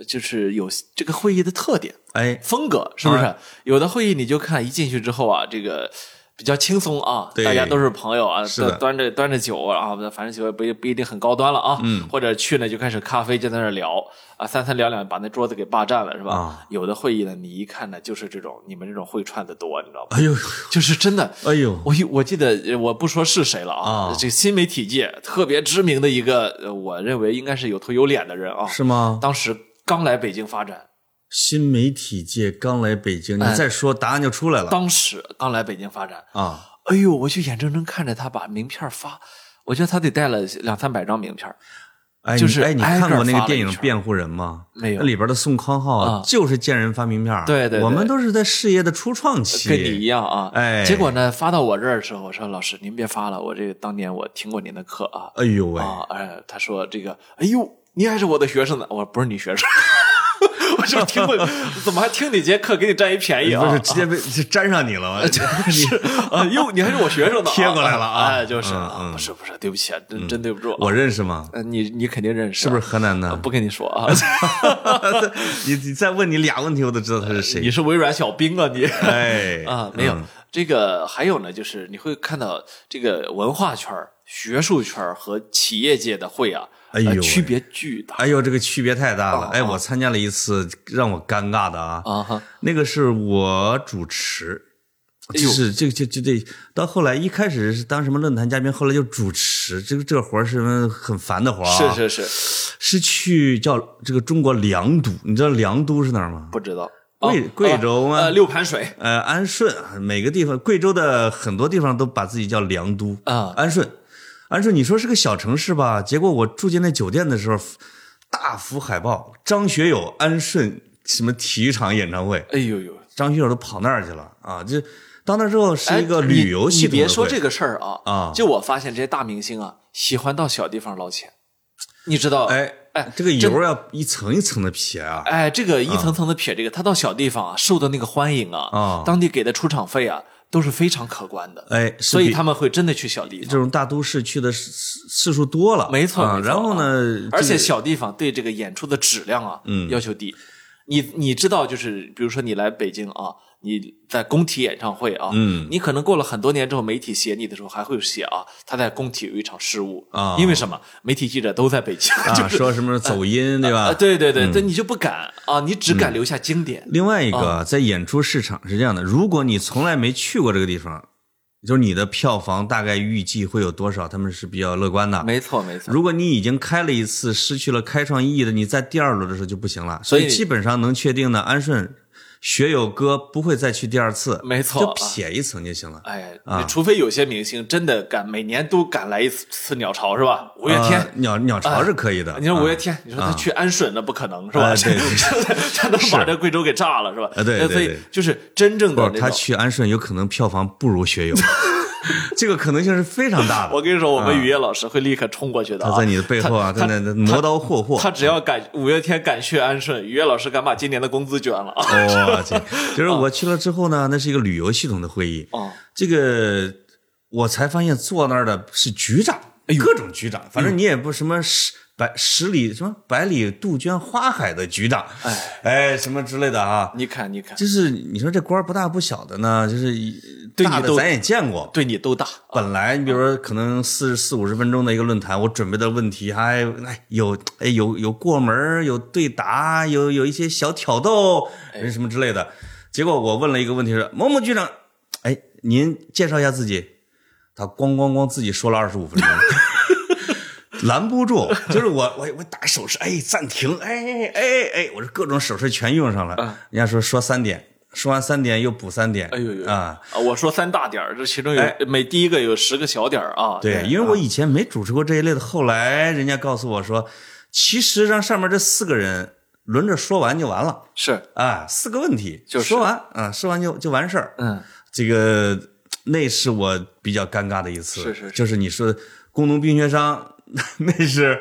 S1: 就是有这个会议的特点。
S2: 哎，
S1: 风格，是不是？
S2: 啊
S1: 有的会议你就看一进去之后啊，这个比较轻松啊，
S2: 对
S1: 大家都是朋友啊，
S2: 是的
S1: 端着端着酒啊，反正酒也不一不一定很高端了啊，
S2: 嗯
S1: 或者去呢就开始咖啡就在那儿聊啊，三三两两把那桌子给霸占了是吧？
S2: 啊
S1: 有的会议呢，你一看呢就是这种你们这种会串的多，你知道吧？
S2: 哎呦，
S1: 就是真的，
S2: 哎呦，
S1: 我一我记得呃我不说是谁了啊，
S2: 啊
S1: 这新媒体界特别知名的一个，呃我认为应该是有头有脸的人啊，
S2: 是吗？
S1: 当时刚来北京发展，
S2: 新媒体界刚来北京，你
S1: 哎
S2: 再说答案就出来了
S1: 当时刚来北京发展，
S2: 啊！
S1: 哎呦，我就眼睁睁看着他把名片发，我觉得他得带了两三百张名片，
S2: 哎，你
S1: 就是
S2: 哎，你
S1: 挨个
S2: 看过那
S1: 发
S2: 个
S1: 了
S2: 电
S1: 一
S2: 影
S1: 圈
S2: 《辩护人》吗？
S1: 没有
S2: 那里边的宋康昊
S1: 啊
S2: 就是见人发名片儿
S1: 对对对
S2: 我们都是在事业的初创期，
S1: 跟你一样啊。
S2: 哎
S1: 结果呢，发到我这儿的时候，我说老师您别发了，我这个当年我听过您的课啊，
S2: 哎呦喂，
S1: 啊，哎，他说这个，哎呦，您还是我的学生呢，我说不是你学生。 我就听过，怎么还听你节课给你占一便宜啊？
S2: 不是直接被 就粘上你 了吗？
S1: 是啊，哟，你还是我学生呢，
S2: 贴过来了啊
S1: 哎，就是，
S2: 嗯
S1: 啊
S2: 嗯
S1: 不是不是，对不起，啊，真真对不住，
S2: 我认识吗？
S1: 呃，你你肯定认识，
S2: 是不是？河南的？
S1: 不跟你说啊，
S2: 你你再问你俩问题，我都知道他是谁
S1: 你。是微软小兵啊，你
S2: 哎
S1: 啊，没有这个，还有呢，就是你会看到这个文化圈儿、学术圈儿和企业界的会啊，
S2: 哎呦
S1: 呃
S2: 喂
S1: 区别巨大
S2: 哎呦，这个区别太大了！
S1: 啊
S2: 哎，
S1: 啊
S2: 我参加了一次让我尴尬的啊，
S1: 啊哈，
S2: 那个是我主持，
S1: 哎
S2: 就
S1: 呦
S2: 是这个就就得到后来一开始是当什么论坛嘉宾，后来就主持，这个这个活儿是很烦的活儿、啊，
S1: 是是是，
S2: 是去叫这个中国凉都，你知道凉都是哪儿吗？
S1: 不知道
S2: 贵
S1: 啊
S2: 贵州吗
S1: 呃，六盘水
S2: 呃，安顺每个地方，贵州的很多地方都把自己叫凉都
S1: 啊
S2: 安顺，安顺，你说是个小城市吧？结果我住进那酒店的时候，大幅海报，张学友安顺什么体育场演唱会，
S1: 哎呦呦，
S2: 张学友都跑那儿去了啊！就到那之后是
S1: 哎
S2: 一个
S1: 你
S2: 旅游系统的
S1: 你别说
S2: 会
S1: 这个事儿啊
S2: 啊
S1: 就我发现这些大明星啊，喜欢到小地方捞钱，你知道？
S2: 哎
S1: 哎
S2: 这个
S1: 真
S2: 油要一层一层的撇啊！
S1: 哎，这个一层层的撇，这个他到小地方啊，受的那个欢迎啊，
S2: 啊
S1: 当地给的出场费啊，都是非常可观的。
S2: 哎，是
S1: 所以
S2: 比
S1: 他们会真的去小地
S2: 这
S1: 方，
S2: 种大都市去的次次数多了，
S1: 没错
S2: 啊
S1: 没错
S2: 然后呢，
S1: 而
S2: 这
S1: 且
S2: 个
S1: 小地方对这个演出的质量啊，
S2: 嗯
S1: 要求低。你你知道，就是比如说你来北京啊，你在工体演唱会啊，
S2: 嗯
S1: 你可能过了很多年之后，媒体写你的时候还会写啊，他在工体有一场失误
S2: 啊
S1: 因为什么？媒体记者都在北京，就
S2: 啊，
S1: 是哎
S2: 说什么走音对吧嗯
S1: 啊，？对对对，对你就不敢啊，你只敢留下经典，
S2: 另外一
S1: 啊
S2: 个，在演出市场是这样的：如果你从来没去过这个地方，就是你的票房大概预计会有多少？他们是比较乐观的。
S1: 没错没错。
S2: 如果你已经开了一次，失去了开创意义的，你在第二轮的时候就不行了。
S1: 所
S2: 所
S1: 以
S2: 以基本上能确定的，安顺学友哥不会再去第二次，
S1: 没错
S2: 就撇一层就行了。
S1: 哎，
S2: 啊
S1: 除非有些明星真的敢每年都敢来一次鸟巢是吧？五月天，哎
S2: 呃鸟鸟巢是可以的。
S1: 你说五月
S2: 啊
S1: 天，你说他去安顺，那不可能是吧？
S2: 啊 对
S1: 他能把这贵州给炸了是吧？
S2: 啊对
S1: 那
S2: 对
S1: 所以
S2: 对
S1: 就是真正的
S2: 不
S1: 那
S2: 是他
S1: 种。
S2: 去安顺有可能票房不 如学友，这个可能性是非常大的。
S1: 我跟你说，我们雨夜老师会立刻冲过去的啊。
S2: 啊他在你的背后啊，
S1: 他
S2: 在那磨刀霍霍。
S1: 他只要敢五月天敢去安顺，雨夜老师敢把今年的工资捐了 啊！
S2: 哦，这就是我去了之后呢，那是一个旅游系统的会议。
S1: 哦，
S2: 这个我才发现坐那儿的是局长，
S1: 哎
S2: 各种局长，反正
S1: 嗯
S2: 你也不什么十百十里什么百里杜鹃花海的局长，哎什么之类的啊。
S1: 你看，你看，
S2: 就是你说这官儿不大不小的呢，就是一
S1: 对
S2: 大
S1: 你
S2: 的
S1: 都
S2: 咱也见过。
S1: 对你都大。
S2: 本来你比如说可能四四五十分钟的一个论坛，我准备的问题还哎有哎有有过门儿有对答，有有一些小挑逗，人什么之类的。结果我问了一个问题是某某局长，哎，您介绍一下自己。他咣咣咣自己说了二十五分钟， 拦不住。就是我我我打手势，哎，暂停，哎哎哎哎，我这各种手势全用上了。人家说说三点，说完三点又补三点，
S1: 啊哎呦呦
S2: 啊！！
S1: 我说三大点儿，这其中有
S2: 哎
S1: 每第一个有十个小点儿啊。
S2: 对，因为我以前没主持过这一类的，后来人家告诉我说，其实让上面这四个人轮着说完就完了，
S1: 是
S2: 啊，四个问题
S1: 就是
S2: 说完，啊，说完就就完事儿。
S1: 嗯，
S2: 这个那是我比较尴尬的一次，
S1: 是是是
S2: 就是你说工农兵学商， 那是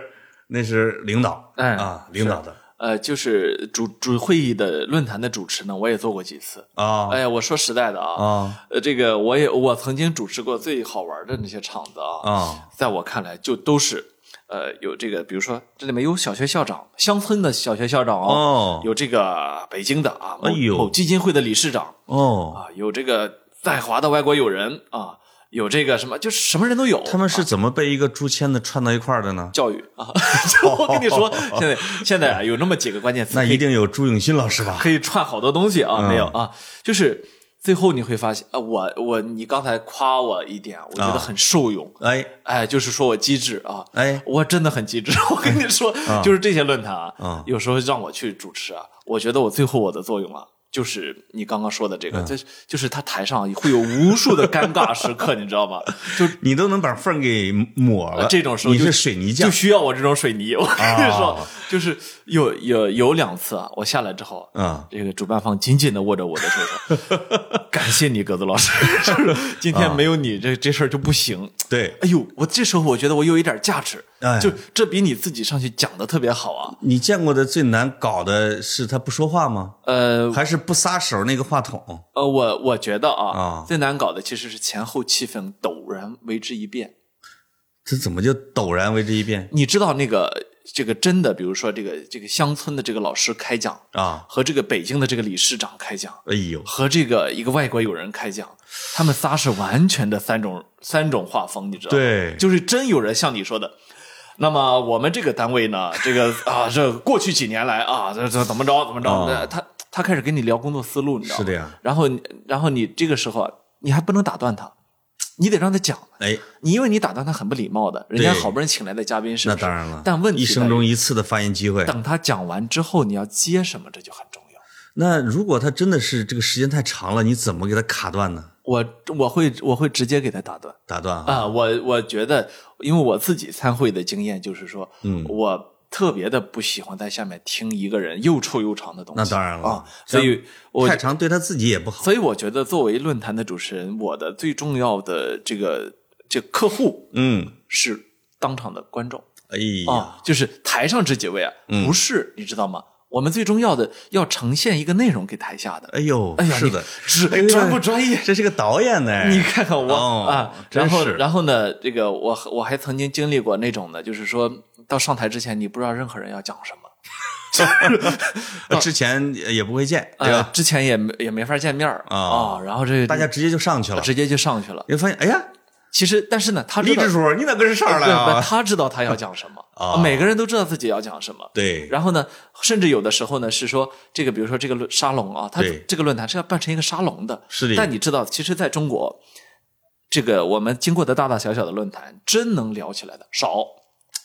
S2: 那是领导，
S1: 哎
S2: 啊，领导的
S1: 呃，就是主主会议的论坛的主持呢，我也做过几次。
S2: 啊
S1: 哎呀，我说实在的啊，
S2: 啊
S1: 呃，这个我也我曾经主持过最好玩的那些场子啊，
S2: 啊
S1: 在我看来就都是，呃，有这个，比如说这里面有小学校长，乡村的小学校长哦，
S2: 哦
S1: 有这个北京的啊，某
S2: 哎呦
S1: 某基金会的理事长
S2: 哦
S1: 啊，有这个。在华的外国友人啊，有这个什么，就是什么人都有。
S2: 他们是怎么被一个竹签子串到一块儿的呢？
S1: 教育啊， 就我跟你说，现在现在啊有那么几个关键词，
S2: 那一定有朱永新老 师吧？
S1: 可以串好多东西
S2: 嗯
S1: 啊，没有啊，就是最后你会发现啊，我我你刚才夸我一点，我
S2: 啊
S1: 觉得很受用，
S2: 哎
S1: 哎，就是说我机智啊，
S2: 哎，
S1: 我真的很机智。 我跟你说，
S2: 嗯
S1: 就是这些论坛啊，有时候让我去主持啊，我觉得我最后我的作用啊。就是你刚刚说的
S2: 嗯
S1: 这个，就是就是他台上会有无数的尴尬时 刻，你知道吗？就
S2: 你都能把缝儿给抹了，
S1: 呃这种时候
S2: 呃你
S1: 就是
S2: 水泥匠哦
S1: 就，需要我这种水泥。我跟你说，就是有有有两次啊，我下来之后，
S2: 嗯
S1: 这个主办方紧紧的握着我的手 说：“感谢你，格子老师， 就是今天没有你，这这事儿就不行。”
S2: 对
S1: 哎呦，我这时候我觉得我有一点价值，
S2: 哎
S1: 就这比你自己上去讲的特别好啊。
S2: 你见过的最难搞的是他不说话吗？
S1: 呃
S2: 还是不撒手那个话筒？
S1: 呃，我我觉得啊，
S2: 啊
S1: 最难搞的其实是前后气氛陡然为之一变。
S2: 这怎么就陡然为之一变
S1: 你知道那个这个真的，比如说这个这个乡村的这个老师开讲，
S2: 啊？
S1: 和这个北京的这个理事长开讲，
S2: 哎呦，
S1: 和这个一个外国友人开讲，他们仨是完全的三种三种画风，你知道吗？
S2: 对
S1: 就是真有人像你说的。那么我们这个单位呢，这个啊，这过去几年来啊，这这怎么着怎么着，
S2: 啊
S1: 那他他开始跟你聊工作思路，你知道吗？
S2: 是的呀。
S1: 然后你然后你这个时候啊，你还不能打断他，你得让他讲。
S2: 哎，
S1: 你因为你打断他很不礼貌的，人家
S2: 对
S1: 好不容易请来的嘉宾是
S2: 那
S1: 不是
S2: 当然了。
S1: 但问题
S2: 一
S1: 在
S2: 生
S1: 于
S2: 中一次的发言机会。
S1: 等他讲完之后，你要接什么，这就很重要。
S2: 那如果他真的是这个时间太长了，你怎么给他卡断呢？
S1: 我我会我会直接给他打断
S2: 打断啊？
S1: 啊！我我觉得，因为我自己参会的经验就是说，
S2: 嗯
S1: 我特别的不喜欢在下面听一个人又臭又长的东西。
S2: 那当然了
S1: 啊，所以我
S2: 太长对他自己也不好。
S1: 所以我觉得，作为论坛的主持人，我的最重要的这个这客户
S2: 嗯，
S1: 是当场的观众。
S2: 哎呀，嗯
S1: 啊，就是台上这几位啊，不是，你知道吗？我们最重要的要呈现一个内容给台下的。
S2: 哎呦，
S1: 哎呀，
S2: 是
S1: 你
S2: 的，
S1: 只
S2: 哎呀
S1: 专不专业？
S2: 这是个导演呢。
S1: 你看看我、
S2: 哦
S1: 啊，
S2: 真
S1: 然后
S2: 是
S1: 然后呢，这个我我还曾经经历过那种的，就是说到上台之前，你不知道任何人要讲什么。
S2: 呃
S1: 哦
S2: 之前也不会见，对
S1: 呃
S2: 吧？，
S1: 之前也没也没法见面儿啊、
S2: 哎哦
S1: 然后这
S2: 大家直接就上去了，
S1: 直接就上去了。
S2: 你会发现，哎呀，
S1: 其实，但是呢，他知
S2: 李
S1: 道
S2: 支书，你咋跟这上来
S1: 对不
S2: 啊？
S1: 他知道他要讲什么、
S2: 啊
S1: 每个人都知道自己要讲什么。
S2: 对，
S1: 然后呢，甚至有的时候呢是说这个，比如说这个论沙龙啊，它
S2: 对
S1: 这个论坛是要办成一个沙龙的。
S2: 是的
S1: 但你知道，其实在中国，这个我们经过的大大小小的论坛，真能聊起来的少，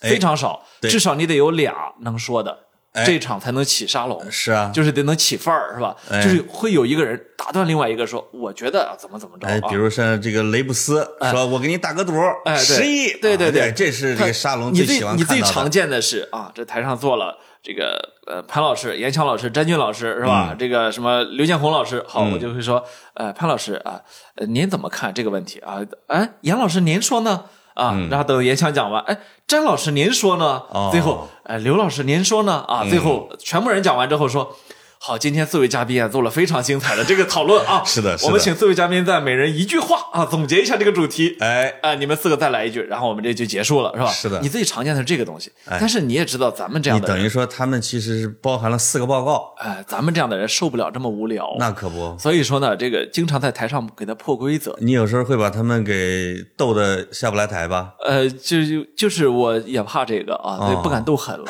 S2: 哎
S1: 非常少。
S2: 对
S1: 至少你得有俩能说的，
S2: 哎
S1: 这场才能起沙龙。
S2: 是啊，
S1: 就是得能起范儿，是吧？
S2: 哎
S1: 就是会有一个人打断另外一个说：“我觉得啊怎么怎么着啊。
S2: 哎，比如像这个雷布斯说：“我给你打个赌，
S1: 哎，对
S2: 十亿。”
S1: 对对
S2: 对，
S1: 对，
S2: 这是这个沙龙
S1: 你
S2: 最
S1: 最
S2: 喜欢
S1: 你
S2: 看
S1: 最
S2: 到
S1: 常
S2: 的。
S1: 见的是啊，这台上坐了这个呃潘老师、严强老师、詹军老师是吧？
S2: 嗯
S1: 这个什么刘建宏老师，好，我就会说呃潘老师啊、呃您怎么看这个问题啊？哎，严老师您说呢？啊，然后等严强讲完，哎，詹老师您说呢？
S2: 嗯哦嗯
S1: 最后，哎，刘老师您说呢？啊，最后全部人讲完之后说。好，今天四位嘉宾啊做了非常精彩的这个讨论啊，
S2: 是的是的
S1: 我们请四位嘉宾在每人一句话啊总结一下这个主题，
S2: 哎，
S1: 啊，你们四个再来一句，然后我们这就结束了，是吧？
S2: 是的哎
S1: 你最常见的是这个东西，但是你也知道，咱们这
S2: 你
S1: 样的
S2: 等
S1: 人，
S2: 于说他们其实是包含了四个报告，
S1: 哎，咱们这样的人受不了这么无聊。
S2: 那可不。
S1: 所以说呢，这个经常在台上给他破规则，
S2: 你有时候会把他们给逗得下不来台吧？
S1: 呃，就就就是我也怕这个啊，所以
S2: 哦
S1: 不敢斗 狠了。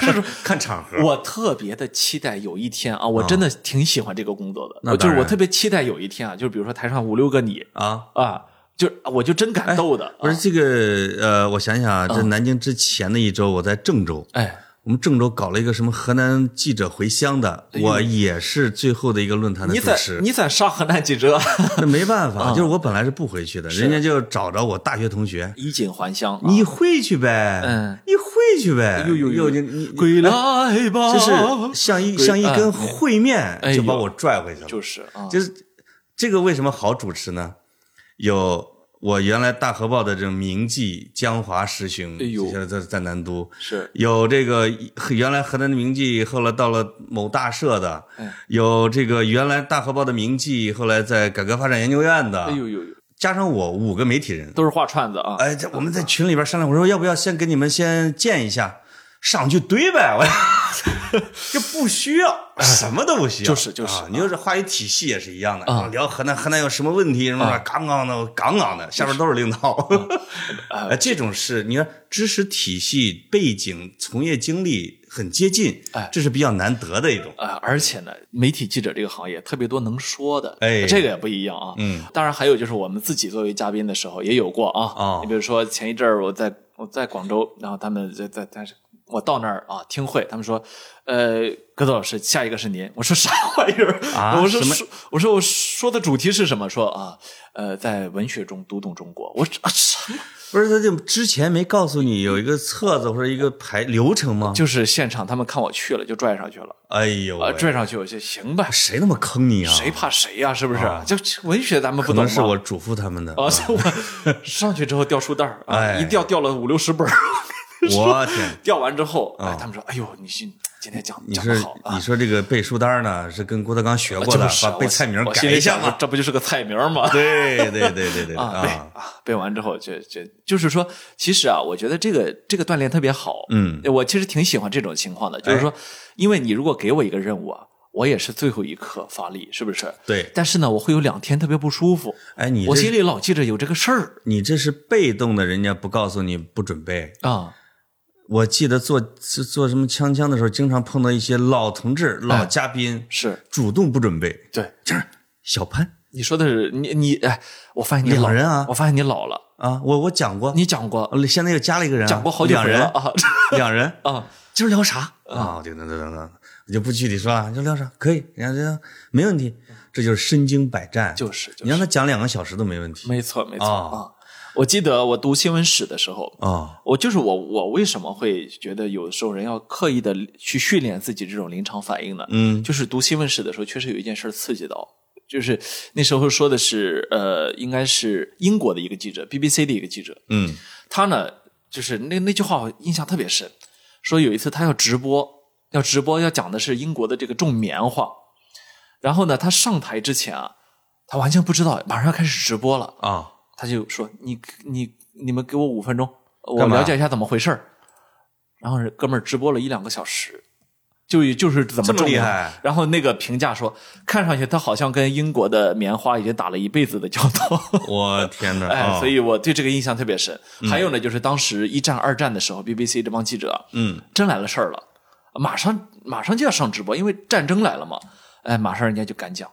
S2: 就是看场合。
S1: 我特别的期待有一天啊，我真的挺喜欢这个工作的，
S2: 哦那
S1: 我就是
S2: 当然
S1: 我特别期待有一天啊，就是比如说台上五六个你
S2: 啊，
S1: 啊，就我就真敢斗的，
S2: 哎不是
S1: 啊
S2: 这个呃，我想想啊，
S1: 嗯
S2: 这南京之前的一周，我在郑州，
S1: 哎，
S2: 我们郑州搞了一个什么河南记者回乡的，我也是最后的一个论坛的
S1: 哎你
S2: 主
S1: 咋
S2: 持。
S1: 你啊咋上河南记者
S2: 那没办法，就是我本来是不回去的，人家就找着我大学同学，
S1: 衣锦还乡啊？
S2: 你回去呗，
S1: 嗯，哎
S2: 你回去呗，
S1: 呦呦呦
S2: 又你你
S1: 归来吧，
S2: 就是像一
S1: 啊鬼
S2: 像一根
S1: 哎
S2: 烩面
S1: 哎呦
S2: 就把我拽回去了，
S1: 就是啊，
S2: 就是这个为什么好主持呢？有我原来大河报的这种名记江华师兄，
S1: 哎呦
S2: 现在在在南都，
S1: 是
S2: 有这个原来河南的名记，后来到了某大社的
S1: 哎，
S2: 有这个原来大河报的名记，后来在改革发展研究院的
S1: 哎，呦呦呦，
S2: 加上我五个媒体人，哎
S1: 都是画串子啊，
S2: 哎，在我们在群里边商量，我说要不要先给你们先见一下？上去堆呗，我 就不需要，啊什么都不需要，
S1: 就是就是
S2: 啊你就是话语体系也是一样的
S1: 啊
S2: 聊河南，河南有什么问题什么的，杠杠的，杠杠的，下边都是领导， 啊，这种事，你看知识体系、背景、从业经历很接近，
S1: 哎
S2: 这是比较难得的一种，
S1: 呃，而且呢，媒体记者这个行业特别多能说的，
S2: 哎
S1: 这个也不一样啊。
S2: 嗯，
S1: 当然还有就是我们自己作为嘉宾的时候也有过啊。
S2: 哦
S1: 你比如说前一阵儿我在我在广州，然后他们在在但是我到那儿啊听会，他们说，呃，葛总老师下一个是您，我说啥玩意儿？
S2: 啊
S1: 我说
S2: 什么
S1: 说我说我说的主题是什么？说啊，呃，在文学中读懂中国。我说、啊、什么？
S2: 不是他就之前没告诉你有一个册子或者一个排流程吗？
S1: 就是现场他们看我去了就拽上去了，
S2: 哎呦
S1: 啊、
S2: 喂，
S1: 拽上去我就行吧，
S2: 谁那么坑你啊？
S1: 谁怕谁呀、是不是？
S2: 啊
S1: 就文学咱们不
S2: 可
S1: 懂
S2: 能
S1: 吗？
S2: 是我嘱咐他们的。
S1: 啊，所以我 上去之后掉书袋儿啊，
S2: 哎
S1: 一掉掉了五六十本儿，
S2: 我天，
S1: 掉完之后，哎，他们说，哎呦，你今今天讲
S2: 嗯你
S1: 讲
S2: 是
S1: 的好啊
S2: 你。说这个背书单呢，是跟郭德纲学
S1: 啊
S2: 过的，
S1: 就是
S2: 把
S1: 啊
S2: 背
S1: 我
S2: 菜名
S1: 我
S2: 改
S1: 心里
S2: 一下
S1: 想
S2: 嘛
S1: 说。这不就是个菜名儿吗？
S2: 对对对对对
S1: 啊，背
S2: 啊！
S1: 啊，背完之后就就就是说，其实啊，我觉得这个这个锻炼特别好，呃
S2: 嗯，哎
S1: 我其实挺喜欢这种情况的，就是说，因为你如果给我一个任务啊，我也是最后一刻发力，是不是？
S2: 对，
S1: 但是呢，我会有两天特别不舒服，
S2: 哎，你
S1: 我
S2: 这
S1: 心里老记着有这个事儿
S2: 你这是被动的，人家不告诉你不准备。
S1: 啊，
S2: 我记得做做做什么锵锵的时候，经常碰到一些老同志、老
S1: 哎
S2: 嘉宾，
S1: 是
S2: 主动不准备。
S1: 对，
S2: 就是小潘
S1: 你说的是你你哎，我发现你老
S2: 两人啊
S1: 我发现你老了，
S2: 啊，我我讲过，
S1: 你讲过
S2: 呃现在又加了一个人啊，
S1: 讲过好几
S2: 两
S1: 回
S2: 人
S1: 了，啊
S2: 两人
S1: 啊，
S2: 今儿聊啥啊？对对对对对，我就不具体说了，就聊啥可以，人家这没问题，这就是身经百战，
S1: 就是就
S2: 你
S1: 是，
S2: 让他讲两个小时都没问题
S1: 没错没错啊
S2: 啊。
S1: 我记得我读新闻史的时候，
S2: 啊。
S1: 我就是我我为什么会觉得有时候人要刻意的去训练自己这种临场反应呢？
S2: 嗯
S1: 就是读新闻史的时候，确实有一件事儿刺激到。就是那时候说的是，呃，应该是英国的一个记者，BBC 的一个记者，
S2: 嗯
S1: 他呢，就是那那句话我印象特别深，说有一次他要直播，要直播要讲的是英国的这个种棉花，然后呢，他上台之前啊，他完全不知道马上要开始直播了，
S2: 啊，
S1: 他就说你你你们给我五分钟，我
S2: 干嘛
S1: 了解一下怎么回事儿然后哥们儿直播了一两个小时。就就是怎么
S2: 这么
S1: 种
S2: 厉
S1: 的
S2: 害
S1: 然后那个评价说，看上去他好像跟英国的棉花已经打了一辈子的交道。
S2: 我天哪！
S1: 哎，
S2: 啊
S1: 所以我对这个印象特别深。还有呢，就是当时一战、二战的时候，BBC 这帮记者，
S2: 嗯，
S1: 真来了事儿了，马上马上就要上直播，因为战争来了嘛，哎，马上人家就敢讲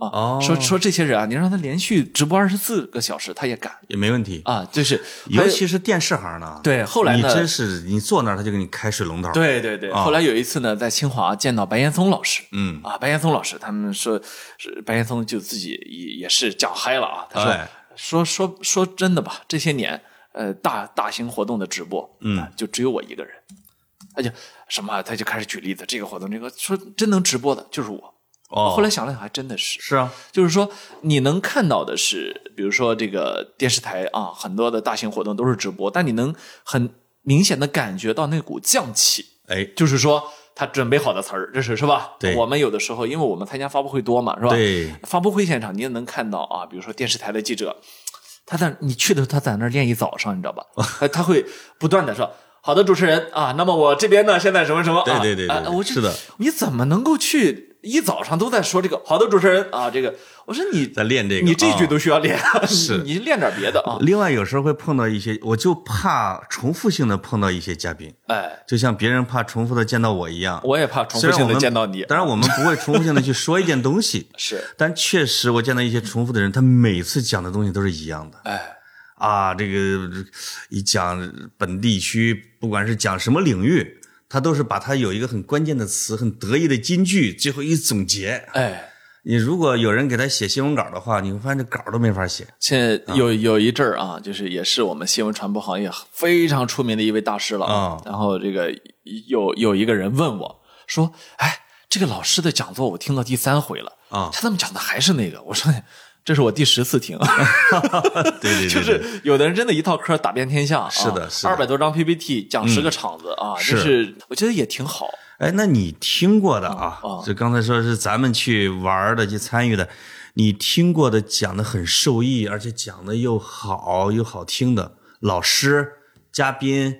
S1: 啊，
S2: 哦
S1: 说说这些人啊，你让他连续直播二十四个小时，他也敢
S2: 也没问题，
S1: 啊，就是还
S2: 尤
S1: 有
S2: 其是电视行呢。
S1: 对后来
S2: 你
S1: 呢
S2: 真是你坐那儿他就给你开水龙头。，
S1: 对对对。
S2: 啊
S1: 后来有一次呢，在清华见到白岩松老师，
S2: 嗯
S1: 啊，白岩松老师，他们说是白岩松就自己也也是讲嗨了啊，他说、
S2: 哎
S1: 说说说真的吧，这些年呃大大型活动的直播，
S2: 嗯
S1: 啊就只有我一个人，他就什么啊他就开始举例子，这个活动这个说真能直播的就是我，
S2: 哦，
S1: 后来想了想还真的是。
S2: 是啊，
S1: 就是说，你能看到的是，比如说这个电视台啊，很多的大型活动都是直播，但你能很明显的感觉到那股瘴气，
S2: 哎，
S1: 就是说他准备好的词儿，这是是吧？
S2: 对
S1: 我们有的时候，因为我们参加发布会多嘛，是吧？
S2: 对
S1: 发布会现场你也能看到啊，比如说电视台的记者，他在你去的时候，他在那儿练一早上，你知道吧？
S2: 哦
S1: 他他会不断的说。好的，主持人啊，那么我这边呢，现在什么什么啊？
S2: 对对对对
S1: 啊
S2: 对
S1: 我就是
S2: 的，
S1: 你怎么能够去一早上都在说这个？好的，主持人啊，这个，我说你
S2: 在练这个
S1: 你这句
S2: 啊
S1: 都需要练，
S2: 是
S1: 你练点别的啊，
S2: 另外，有时候会碰到一些，我就怕重复性的碰到一些嘉宾，
S1: 哎，
S2: 就像别人怕重复的见到我一样。
S1: 我也怕重
S2: 虽
S1: 复
S2: 然
S1: 性
S2: 我
S1: 的
S2: 们
S1: 见到你，，
S2: 当然我们不会重复性的去说一件东西
S1: 是，
S2: 但确实我见到一些重复的人，他每次讲的东西都是一样的
S1: 哎，
S2: 啊。这个一讲本地区，不管是讲什么领域，他都是把他有一个很关键的词、很得意的金句，最后一总结。
S1: 哎，
S2: 你如果有人给他写新闻稿的话，你会发现这稿都没法写。
S1: 现在
S2: 嗯
S1: 有有一阵儿啊，就是也是我们新闻传播行业非常出名的一位大师了
S2: 啊
S1: 然后这个有有一个人问我说：“哎，这个老师的讲座我听到第三回了
S2: 啊
S1: 他怎么讲的还是那个？”我说：“这是我第十次听。”
S2: 对 对对对
S1: 就是有的人真的一套嗑打遍天下，啊
S2: 是的是的
S1: 二百多张 PPT 讲十个场子啊，
S2: 是
S1: 就是我觉得也挺好。
S2: 哎，那你听过的啊
S1: 嗯嗯？
S2: 就刚才说是咱们去玩儿的、去参与的，你听过的讲的很受益，而且讲的又好又好听的老师、嘉宾、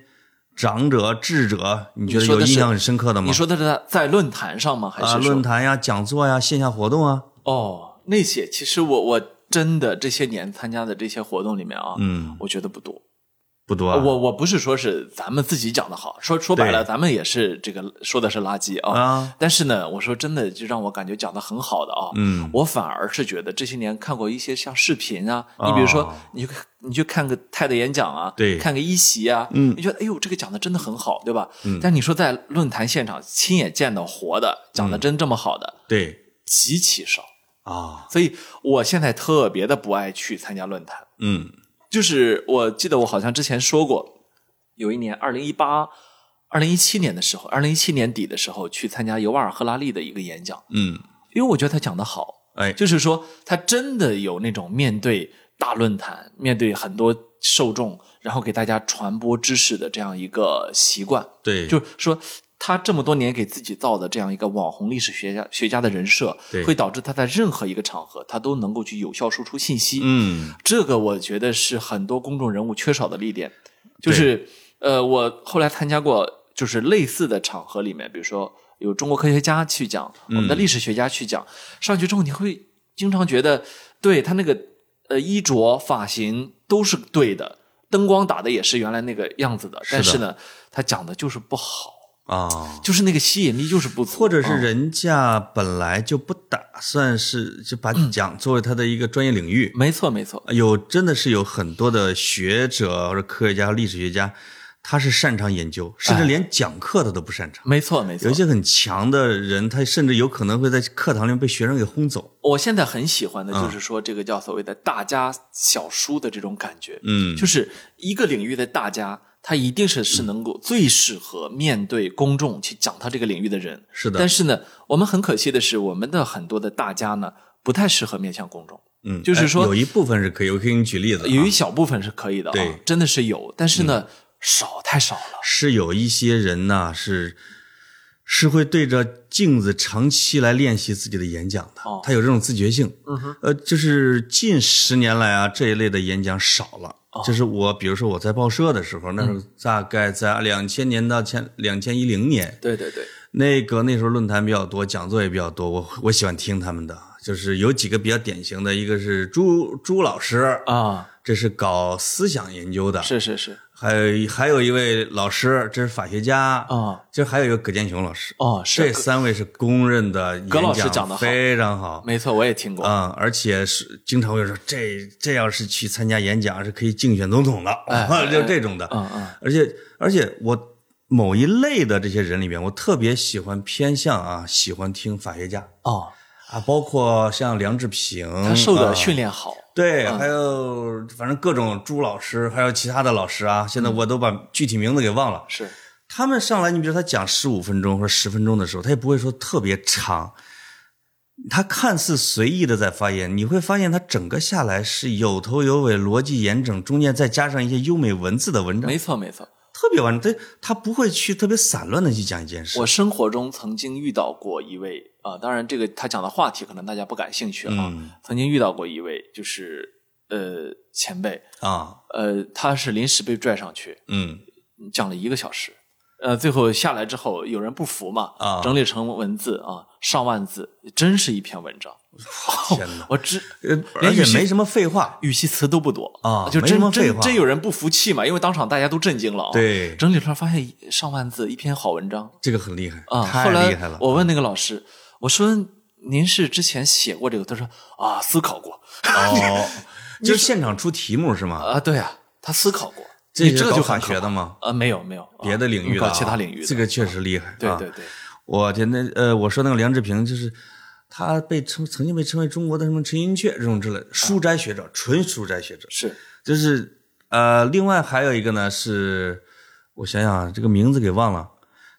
S2: 长者、智者，你觉得
S1: 你说
S2: 有
S1: 的是
S2: 印象很深刻的吗？
S1: 你说的是在在论坛上吗？还
S2: 啊，
S1: 是说
S2: 论坛呀、讲座呀、线下活动啊，
S1: 哦，那些其实我我真的这些年参加的这些活动里面啊，
S2: 嗯，
S1: 我觉得不多。
S2: 不多啊。
S1: 我我不是说是咱们自己讲的好，说说白了，
S2: 对
S1: 咱们也是这个说的是垃圾啊。
S2: 啊，
S1: 但是呢，我说真的，就让我感觉讲的很好的啊。
S2: 嗯，
S1: 我反而是觉得这些年看过一些像视频啊，
S2: 哦
S1: 你比如说你去看你去看个泰的演讲啊，
S2: 对
S1: 看个一席啊，
S2: 嗯
S1: 你觉得哎呦这个讲的真的很好，对吧？嗯，但你说在论坛现场亲眼见到活的，讲
S2: 嗯
S1: 的真这么好的，
S2: 对
S1: 极其少。
S2: 啊，
S1: 所以我现在特别的不爱去参加论坛，
S2: 嗯
S1: 就是我记得我好像之前说过，有一年二零一八、二零一七年的时候，二零一七年底的时候去参加尤瓦尔赫拉利的一个演讲，
S2: 嗯，
S1: 因为我觉得他讲的好，
S2: 哎，
S1: 就是说他真的有那种面对大论坛、面对很多受众，然后给大家传播知识的这样一个习惯。
S2: 对，
S1: 就是说，他这么多年给自己造的这样一个网红历史学家学家的人设
S2: 对，
S1: 会导致他在任何一个场合，他都能够去有效输出信息。
S2: 嗯
S1: 这个我觉得是很多公众人物缺少的利点，就是呃，我后来参加过就是类似的场合里面，比如说有中国科学家去讲，我
S2: 嗯
S1: 们的历史学家去讲，上去之后你会经常觉得，对他那个呃衣着、发型都是对的，灯光打的也是原来那个样子的，
S2: 是的
S1: 但是呢，他讲的就是不好，
S2: 啊，
S1: 就是那个吸引力就是不足，
S2: 或者是
S1: 嗯
S2: 人家本来就不打算是就把
S1: 嗯
S2: 讲作为他的一个专业领域，
S1: 没错没错，
S2: 有真的是有很多的学者或者科学家、历史学家，他是擅长研究，甚至连讲课他都不擅长。
S1: 没错哎没错
S2: 有一，些很强的人，他甚至有可能会在课堂里面被学生给轰走。
S1: 我现在很喜欢的
S2: 嗯
S1: 就是说，这个叫所谓的大家小书的这种感觉，
S2: 嗯，
S1: 就是一个领域的大家，他一定是是能够最适合面对公众去讲他这个领域的人。
S2: 是的
S1: 但是呢，我们很可惜的是，我们的很多的大家呢，不太适合面向公众。
S2: 嗯，
S1: 就是
S2: 哎
S1: 说
S2: 有一部分是可以，我可以给你举例子啊，
S1: 有一小部分是可以的、啊，
S2: 对嗯
S1: 真的是有，但是呢，少太少了。
S2: 是有一些人呐，是是会对着镜子长期来练习自己的演讲的，
S1: 哦
S2: 他有这种自觉性。
S1: 嗯哼，
S2: 呃，就是近十年来啊，这一类的演讲少了。
S1: 哦
S2: 就是我，比如说我在报社的时候，那时
S1: 嗯
S2: 候大概在两千年到前两千一零年，
S1: 对对对，
S2: 那个那时候论坛比较多，讲座也比较多，我我喜欢听他们的。就是有几个比较典型的，一个是朱朱老师，
S1: 啊，
S2: 这是搞思想研究的，
S1: 是是是，
S2: 还有还有一位老师，这是法学家
S1: 啊，
S2: 这还有一个葛剑雄老师，
S1: 哦，
S2: 这
S1: 是，
S2: 三位是公认的演
S1: 葛老师讲得好
S2: 非常好
S1: 没错，我也听过。
S2: 啊、而且是经常会说这这要是去参加演讲是可以竞选总统的，
S1: 哎
S2: 就这种的，
S1: 嗯嗯，
S2: 而且而且我某一类的这些人里面，我特别喜欢偏向啊，喜欢听法学家
S1: 哦，
S2: 啊，包括像梁志平，
S1: 他受的
S2: 啊
S1: 训练好。
S2: 对，
S1: 嗯
S2: 还有反正各种朱老师，还有其他的老师啊，现在
S1: 嗯
S2: 我都把具体名字给忘了。
S1: 是，
S2: 他们上来，你比如他讲十五分钟或者十分钟的时候，他也不会说特别长，他看似随意的在发言，你会发现他整个下来是有头有尾，逻辑严整，中间再加上一些优美文字的文章，
S1: 没错没错。
S2: 特别完整。他他不会去特别散乱的去讲一件事
S1: 我。生活中曾经遇到过一位啊、当然这个他讲的话题可能大家不感兴趣啊。
S2: 嗯
S1: 曾经遇到过一位就是呃前辈，
S2: 啊，
S1: 呃他是临时被拽上去
S2: 嗯
S1: 讲了一个小时，呃最后下来之后有人不服嘛，
S2: 啊
S1: 整理成文字啊上万字，真是一篇文章。
S2: 天哪
S1: 哦我知
S2: 呃而
S1: 连
S2: 且
S1: 语气
S2: 没什么废话。
S1: 语气词都不多
S2: 啊
S1: 就
S2: 没什
S1: 真
S2: 么废
S1: 真
S2: 话
S1: 真有人不服气嘛，因为当场大家都震惊了啊。，
S2: 对，
S1: 整理出来发现上万字一篇好文章，
S2: 这个很厉害
S1: 啊，
S2: 太
S1: 后来
S2: 厉害了。
S1: 我问那个老师，我说您是之前写过这个？他说啊，思考过
S2: 哦，就是现场出题目是吗？
S1: 啊，对啊，他思考过。
S2: 这
S1: 你
S2: 是
S1: 这
S2: 搞
S1: 就
S2: 法
S1: 很可
S2: 学的
S1: 怕
S2: 吗？
S1: 啊，没有没有，啊
S2: 别的领域的啊，
S1: 搞其他领域的
S2: 这个确实厉害。
S1: 对
S2: 啊
S1: 对对，
S2: 我天，那呃，我说那个梁志平，就是他被称曾经被称为中国的什么陈寅恪这种之类的书斋学者，纯书斋学者。
S1: 是
S2: 就是呃，另外还有一个呢是，我想想啊，这个名字给忘了，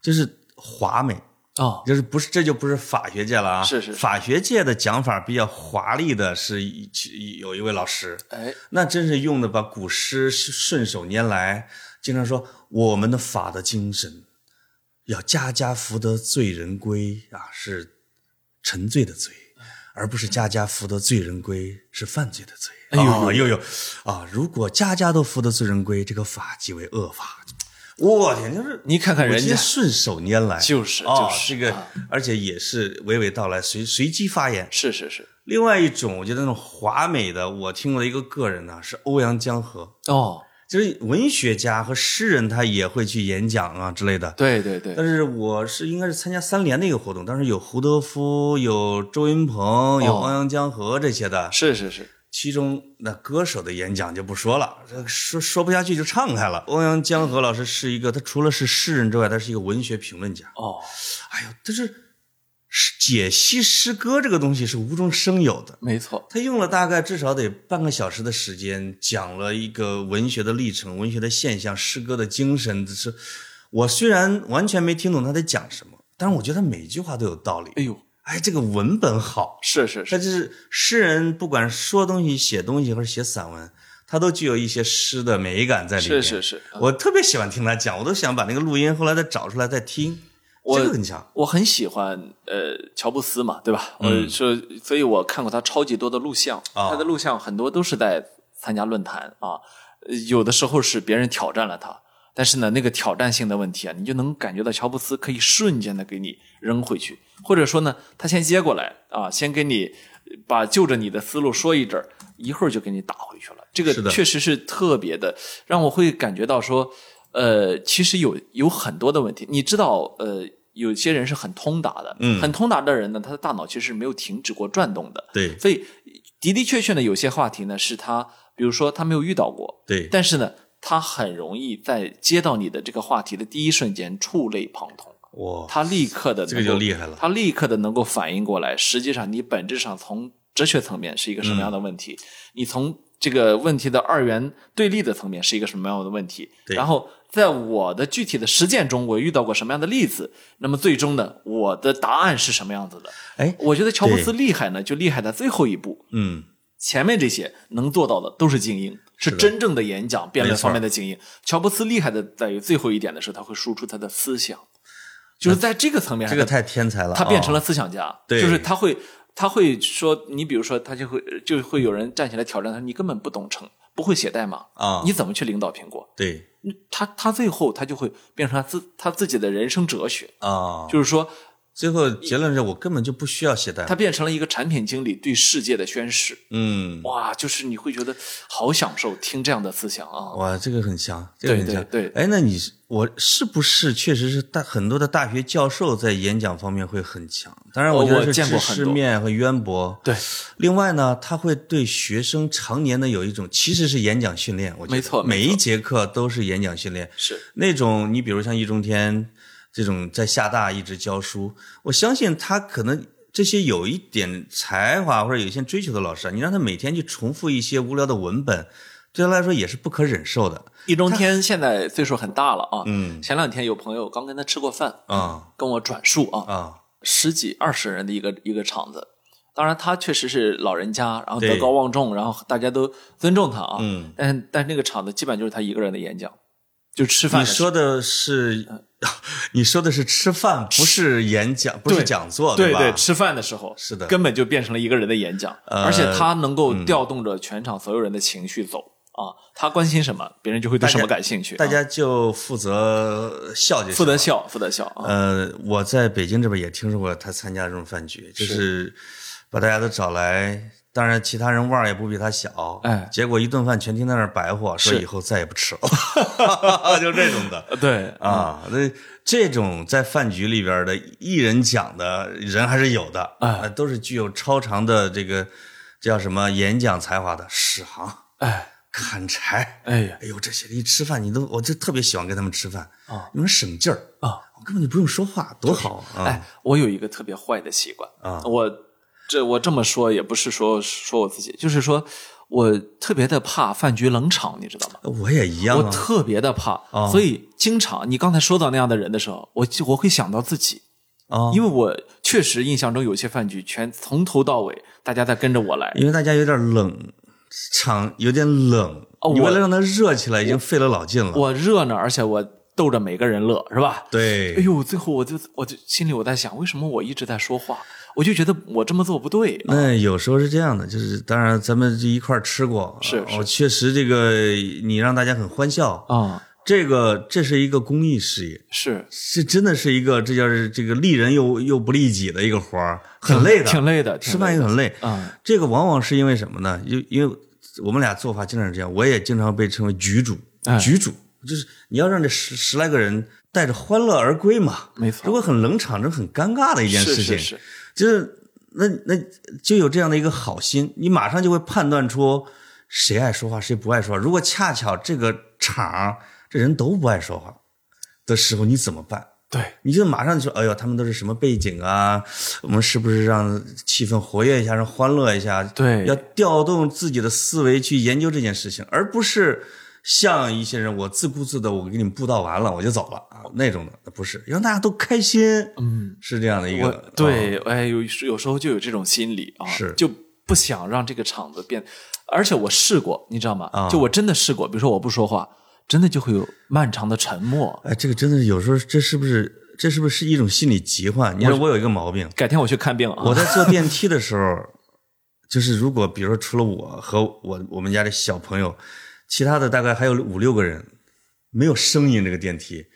S2: 就是华美，
S1: 啊，
S2: 就是不是这就不是法学界了啊？
S1: 是是
S2: 法学界的讲法比较华丽的是一其有一位老师，
S1: 哎，
S2: 那真是用的把古诗顺手拈来，经常说我们的法的精神，要家家福得罪人归啊，是沉醉的罪，而不是家家福得罪人归是犯罪的罪。
S1: 哎呦
S2: 啊呦呦啊！如果家家都福得罪人归，这个法即为恶法。我天，就是
S1: 你看看人家
S2: 我直接顺手拈来，
S1: 就是
S2: 哦
S1: 就是啊
S2: 这个，而且也是娓娓道来，随随机发言。
S1: 是是是，
S2: 另外一种，我觉得那种华美的，我听过的一个个人呢、是欧阳江河，
S1: 哦，
S2: 就是文学家和诗人，他也会去演讲啊之类的。
S1: 对对对，
S2: 但是我是应该是参加三联的一个活动，当时有胡德夫、有周云鹏、有欧阳江河这些的。
S1: 是是是，
S2: 其中那歌手的演讲就不说了，这说说不下去就唱开了。欧阳江河老师是一个，他除了是诗人之外，他是一个文学评论家。
S1: 哦，
S2: 哎呦，但是诗解析诗歌这个东西是无中生有的。
S1: 没错，
S2: 他用了大概至少得半个小时的时间，讲了一个文学的历程、文学的现象、诗歌的精神。是，我虽然完全没听懂他在讲什么，但是我觉得他每一句话都有道理。
S1: 哎呦，
S2: 哎，这个文本好，
S1: 是是是，
S2: 他就是诗人，不管说东西、写东西，或者写散文，他都具有一些诗的美感在里面。
S1: 是是是，
S2: 我特别喜欢听他讲，我都想把那个录音后来再找出来再听，
S1: 我
S2: 这个很强。
S1: 我很喜欢呃乔布斯嘛，对吧？我说，所以我看过他超级多的录像，
S2: 嗯啊
S1: 他的录像很多都是在参加论坛啊，呃有的时候是别人挑战了他。但是呢，那个挑战性的问题啊，你就能感觉到乔布斯可以瞬间的给你扔回去，或者说呢，他先接过来啊，先给你呃把就着你的思路说一阵儿，一会儿就给你打回去了。这
S2: 是
S1: 个
S2: 的
S1: 确实是特别的，让我会感觉到说，呃，其实有有很多的问题，你知道，呃，有些人是很通达的，
S2: 嗯
S1: 很通达的人呢，他的大脑其实是没有停止过转动的，
S2: 对
S1: 所以的的确确呢，有些话题呢是他，比如说他没有遇到过，
S2: 对，
S1: 但是呢，他很容易在接到你的这个话题的第一瞬间触类旁通。
S2: 哇，
S1: 他立刻的
S2: 这个就厉害了
S1: 他立刻的能够反应过来，实际上你本质上从哲学层面是一个什么样
S2: 嗯
S1: 的问题，你从这个问题的二元对立的层面是一个什么样的问题，
S2: 对
S1: 然后在我的具体的实践中，我遇到过什么样的例子，那么最终呢，我的答案是什么样子的？
S2: 哎，
S1: 我觉得乔布斯厉害呢，就厉害在最后一步，
S2: 嗯，
S1: 前面这些能做到的都是精英。是真正的演讲、辩论
S2: 没错
S1: 方面的精英。乔布斯厉害的在于最后一点的时候，他会输出他的思想，就是在这个层面
S2: 这
S1: 上，
S2: 个太天才了，啊
S1: 他变成
S2: 了、
S1: 了思想家，
S2: 对
S1: 就是他会他会说，你比如说，他就会就会有人站起来挑战他，你根本不懂程，不会写代码
S2: 啊
S1: 你怎么去领导苹果？嗯
S2: 对
S1: 他他最后他就会变成他自他自己的人生哲学，
S2: 啊，
S1: 就是说
S2: 最后结论是我根本就不需要携带
S1: 他，变成了一个产品经理对世界的宣誓，
S2: 嗯，
S1: 哇，就是你会觉得好享受听这样的思想啊，
S2: 哇，这个很强，这个
S1: 对
S2: 很强，
S1: 对对
S2: 哎，那你是我是不是确实是大很多的大学教授在演讲方面会很强？当然，
S1: 哦
S2: 觉得
S1: 我
S2: 是
S1: 见过
S2: 知
S1: 很
S2: 识
S1: 多
S2: 面和渊博。
S1: 对，
S2: 另外呢，他会对学生常年的有一种其实是演讲训练，我觉得
S1: 没错没
S2: 每一节课都是演讲训练。
S1: 是
S2: 那种你比如像易中天这种在厦大一直教书，我相信他可能这些有一点才华或者有一些追求的老师啊，你让他每天去重复一些无聊的文本，对他来说也是不可忍受的
S1: 易中天现在岁数很大了啊，嗯，前两天有朋友刚跟他吃过饭，
S2: 啊
S1: 跟我转述啊，
S2: 啊！
S1: 十几二十人的一个一个场子。当然，他确实是老人家，然后
S2: 对
S1: 德高望重，然后大家都尊重他啊。
S2: 嗯，
S1: 但但那个场子基本就是他一个人的演讲，就吃饭
S2: 你
S1: 的时候。
S2: 说的是， 你说的是吃饭，不是演讲，不是讲座，
S1: 对
S2: 吧？
S1: 对，吃饭的时候
S2: 是的
S1: 根本就变成了一个人的演讲，
S2: 呃
S1: 而且他能够调动着全场所有人的情绪走、啊，他关心什么，别人就会对什么感兴趣。
S2: 大
S1: 啊
S2: 家就负责笑就行了
S1: 负责。笑，负责笑啊，
S2: 呃，我在北京这边也听说过他参加这种饭局，就是把大家都找来，当然其他人腕儿也不比他小，
S1: 哎
S2: 结果一顿饭全听他那儿白话，说
S1: 是
S2: 以后再也不吃了， 就这种的。
S1: 呃对
S2: 啊，那这种在饭局里边的一人讲的人还是有的
S1: 哎
S2: 呃都是具有超常的这个这叫什么演讲才华的史航、
S1: 哎
S2: 砍柴，
S1: 哎呀
S2: 哎呦这些一吃饭你都我就特别喜欢跟他们吃饭
S1: 啊，
S2: 你们省劲儿
S1: 啊，
S2: 我根本就不用说话，多好啊！
S1: 哎，我有一个特别坏的习惯
S2: 啊
S1: 我这我这么说也不是说说我自己，就是说我特别的怕饭局冷场，你知道吗？
S2: 我也一样
S1: 我
S2: 啊，
S1: 特别的怕，
S2: 啊
S1: 所以经常你刚才说到那样的人的时候，我就我会想到自己，
S2: 啊，
S1: 因为我确实印象中有些饭局全从头到尾大家在跟着我来，
S2: 因为大家有点冷，场有点冷，
S1: 哦
S2: 你为
S1: 我
S2: 了让它热起来已经费了老劲了。
S1: 我热闹，而且我逗着每个人乐，是吧？哎
S2: 对，
S1: 呦，最后我就我就心里我在想，为什么我一直在说话？我就觉得我这么做不对。
S2: 那有时候是这样的，就是当然咱们这一块儿吃过，啊
S1: 是
S2: 我确实这个你让大家很欢笑，
S1: 啊、
S2: 这个这是一个公益事业，
S1: 是
S2: 是真的是一个这叫是这个利人又又不利己的一个活儿，很累的，
S1: 挺累的，挺
S2: 吃饭也很累
S1: 嗯。
S2: 这个往往是因为什么呢？因因为我们俩做法经常是这样，我也经常被称为局主
S1: 哎，
S2: 局主就是你要让这十十来个人带着欢乐而归嘛，
S1: 没错
S2: 如果很冷场，这很尴尬的一件
S1: 是
S2: 事
S1: 是
S2: 情。
S1: 是，
S2: 就是那那就有这样的一个好心，你马上就会判断出谁爱说话，谁不爱说话。如果恰巧这个场儿这人都不爱说话的时候，你怎么办？
S1: 对，
S2: 你就马上就说，哎呦，他们都是什么背景啊？我们是不是让气氛活跃一下，让欢乐一下？
S1: 对
S2: 要调动自己的思维去研究这件事情，而不是像一些人我自顾自的，我给你们布道完了我就走了啊那种的，不是让大家都开心，嗯，是这样的一
S1: 我
S2: 个哦
S1: 对，哎，有时有时候就有这种心理啊，
S2: 是
S1: 就不想让这个场子变。而且我试过，你知道吗？
S2: 啊
S1: 就我真的试过，比如说我不说话，真的就会有漫长的沉默。
S2: 哎，这个真的是有时候，这是不是这是不是一种心理疾患？你说我有一个毛病，
S1: 改天我去看病啊。
S2: 我在坐电梯的时候，就是如果比如说除了我和我我们家的小朋友，其他的大概还有五六个人，没有声音这个电梯，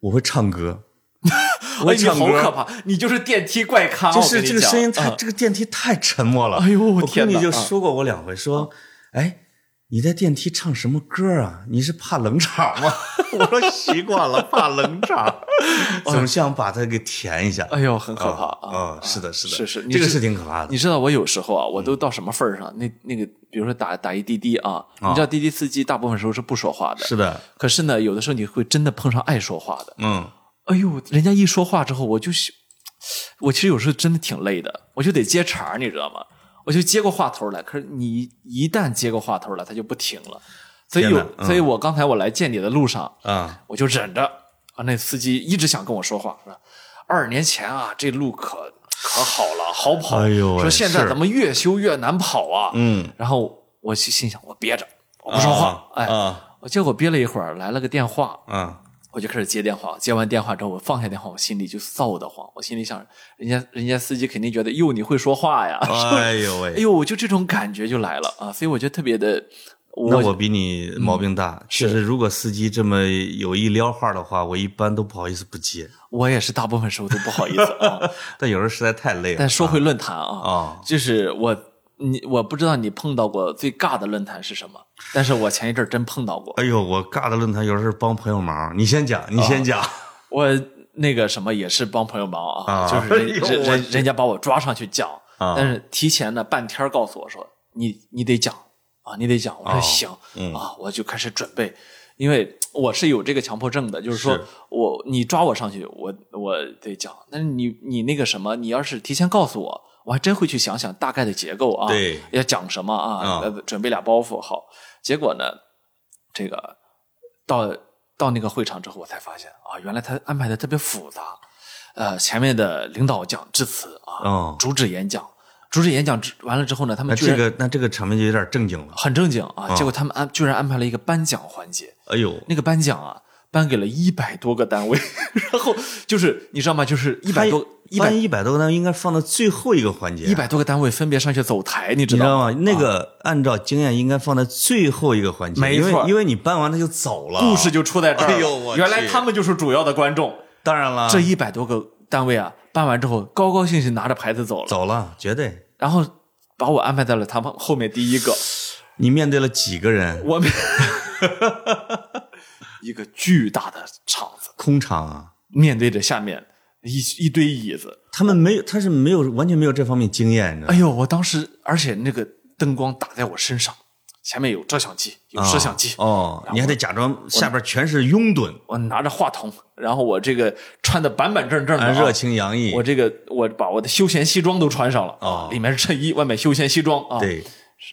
S2: 我会唱歌，我
S1: 哎，
S2: 会
S1: 你
S2: 唱
S1: 好可
S2: 歌。
S1: 怕，你就是电梯怪咖。
S2: 就
S1: 啊我跟
S2: 是
S1: 你
S2: 这个
S1: 讲
S2: 声音太，
S1: 嗯
S2: 这个电梯太沉默了。
S1: 哎呦
S2: 我
S1: 天
S2: 闺女
S1: 哪
S2: 就
S1: 啊
S2: 说过我两回，说，哎，你在电梯唱什么歌啊？你是怕冷场吗？ 我说习惯了，怕冷场， 总想把它给填一下。
S1: 哎呦，很可怕
S2: 啊！
S1: 啊！
S2: 啊是的，是的，
S1: 是是你
S2: 这个
S1: 是
S2: 是挺可怕的
S1: 你。知道我有时候啊，我
S2: 嗯
S1: 都到什么份儿上？那那个，比如说打打一滴滴啊，
S2: 啊
S1: 你知道滴滴司机大部分时候是不说话的，
S2: 是的，
S1: 可是呢，有的时候你会真的碰上爱说话的。
S2: 嗯，
S1: 哎呦，人家一说话之后，我就喜，我其实有时候真的挺累的，我就得接茬儿，你知道吗？我就接过话头来，可是你一旦接过话头来，他就不停了。所以
S2: 天哪
S1: 有，
S2: 嗯
S1: 所以我刚才我来见你的路上，
S2: 啊，
S1: 我就忍着啊。那司机一直想跟我说话，说二十年前啊，这路可可好了，好跑。
S2: 哎呦喂
S1: 说现在
S2: 是
S1: 咱们越修越难跑啊。
S2: 嗯，
S1: 然后我就心想，我憋着，我不说话
S2: 啊。
S1: 哎，
S2: 啊
S1: 我结果憋了一会儿，来了个电话，
S2: 啊，
S1: 我就开始接电话，接完电话之后，我放下电话，我心里就臊得慌。我心里想，人家人家司机肯定觉得，哟，你会 说话呀？
S2: 哎呦
S1: 哎
S2: 喂，
S1: 呦，我就这种感觉就来了啊！所以我觉得特别的，
S2: 那
S1: 我嗯
S2: 我比你毛病大。确实，如果司机这么有意撩话的话，我一般都不好意思不接。
S1: 我也是大部分时候都不好意思啊。
S2: 但有时候实在太累了。
S1: 但说回论坛啊，
S2: 啊，
S1: 就是我你我不知道你碰到过最尬的论坛是什么，但是我前一阵儿真碰到过，
S2: 哎呦，我尬的论坛有时候帮朋友忙。你先讲，你
S1: 啊
S2: 先讲。
S1: 我那个什么也是帮朋友忙啊，
S2: 啊
S1: 就是人
S2: 哎呦
S1: 人
S2: 我
S1: 人人家把我抓上去讲，
S2: 啊
S1: 但是提前呢半天儿告诉我说你你得讲啊，你得讲。我说
S2: 哦
S1: 行、啊，我就开始准备，因为我是有这个强迫症的，就是说
S2: 是
S1: 我你抓我上去，我我得讲。但是你你那个什么，你要是提前告诉我，我还真会去想想大概的结构啊，
S2: 对
S1: 要讲什么啊
S2: 啊，
S1: 呃准备俩包袱好。结果呢，这个到到那个会场之后，我才发现啊，原来他安排的特别复杂。呃，前面的领导讲致辞啊，
S2: 哦
S1: 主旨演讲，主旨演讲之完了之后呢，他
S2: 那
S1: 们居
S2: 哎这
S1: 然
S2: 个那这个场面就有点正经了。
S1: 很正经啊，结果他们安居然安排了一个颁奖环节，
S2: 哎呦，
S1: 那个颁奖啊，颁给了一百多个单位， 然后就是你知道吗？就是一百多一
S2: 般
S1: 百
S2: 一百多个单位应该放到最后一个环节。啊
S1: 一百多个单位分别上去走台，你知
S2: 你知
S1: 道
S2: 道
S1: 吗？
S2: 吗？那个按照经验应该放在最后一个环节，
S1: 没错
S2: 因为因为你搬完他就走了。
S1: 故事就出在这儿了，
S2: 哎呦我去啊
S1: 原来他们就是主要的观众，
S2: 当然了，
S1: 这一百多个单位啊，颁完之后高高兴兴拿着牌子走了，
S2: 走了绝对。
S1: 然后把我安排在了他们后面第一个，
S2: 你面对了几个人？
S1: 我们一个巨大的场子，
S2: 空场啊，
S1: 面对着下面一一堆椅子。
S2: 他们没有，他是没有完全没有这方面经验，你知道
S1: 哎
S2: 吗？
S1: 呦，我当时，而且那个灯光打在我身上，前面有照相机，有摄像哎机，
S2: 哦，你还得假装下边全是拥趸，
S1: 我拿着话筒，然后我这个穿的板板正正的、
S2: 啊
S1: 啊，
S2: 热情洋溢
S1: 我。这个我把我的休闲西装都穿上了，
S2: 哦
S1: 里面是衬衣，外面休闲西装啊，，
S2: 对，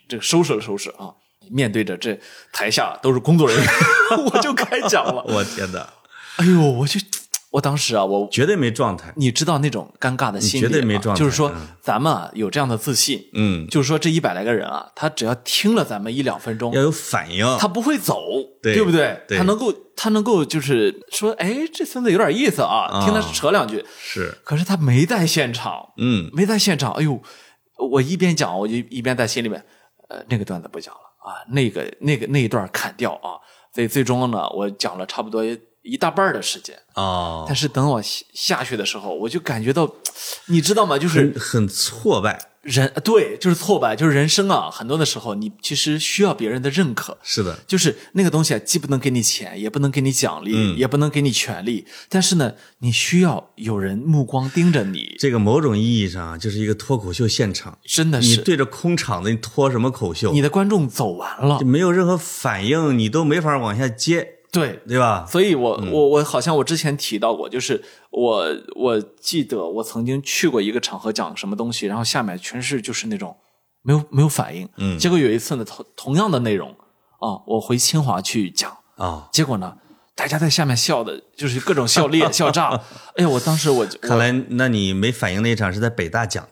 S1: 这个收拾了收拾啊。面对着这台下都是工作人员， 我就开讲了。
S2: 我天哪，
S1: 哎呦，我就我当时啊，我
S2: 绝对没状态。
S1: 你知道那种尴尬的心理吗，啊
S2: 你绝对没状态
S1: 就是说
S2: 嗯
S1: 咱们啊有这样的自信，
S2: 嗯，
S1: 就是说这一百来个人啊，他只要听了咱们一两分钟
S2: 要，有反应。
S1: 他不会走，
S2: 对
S1: 不对？
S2: 对
S1: 他能够他能够就是说，哎，这孙子有点意思啊，
S2: 啊
S1: 听他扯两句。
S2: 是，
S1: 可是他没在现场，
S2: 嗯，
S1: 没在现场。哎呦，我一边讲，我就一边在心里面，呃，那个段子不讲了啊，那个那个那一段砍掉啊，所以最终呢，我讲了差不多一大半儿的时间。
S2: 哦，
S1: 但是等我下下去的时候，我就感觉到，你知道吗？就是
S2: 很挫败，
S1: 人对，就是挫败，就是人生啊，很多的时候你其实需要别人的认可，
S2: 是的，
S1: 就是那个东西啊，既不能给你钱，也不能给你奖励，
S2: 嗯
S1: 也不能给你权利，但是呢，你需要有人目光盯着你，
S2: 这个某种意义上啊就是一个脱口秀现场，
S1: 真的
S2: 你
S1: 是
S2: 对着空场子你脱什么口秀？
S1: 你的观众走完了
S2: 就，没有任何反应，你都没法往下接，
S1: 对，
S2: 对吧？
S1: 所以我、
S2: 嗯
S1: 我我好像我之前提到过，就是我我记得我曾经去过一个场合讲什么东西，然后下面全是就是那种没有没有反应，
S2: 嗯
S1: 结果有一次呢同同样的内容啊，我回清华去讲，
S2: 啊、
S1: 结果呢大家在下面笑的就是各种笑 裂笑炸，哎呀，我当时我就
S2: 看来那你没反应那一场是在北大讲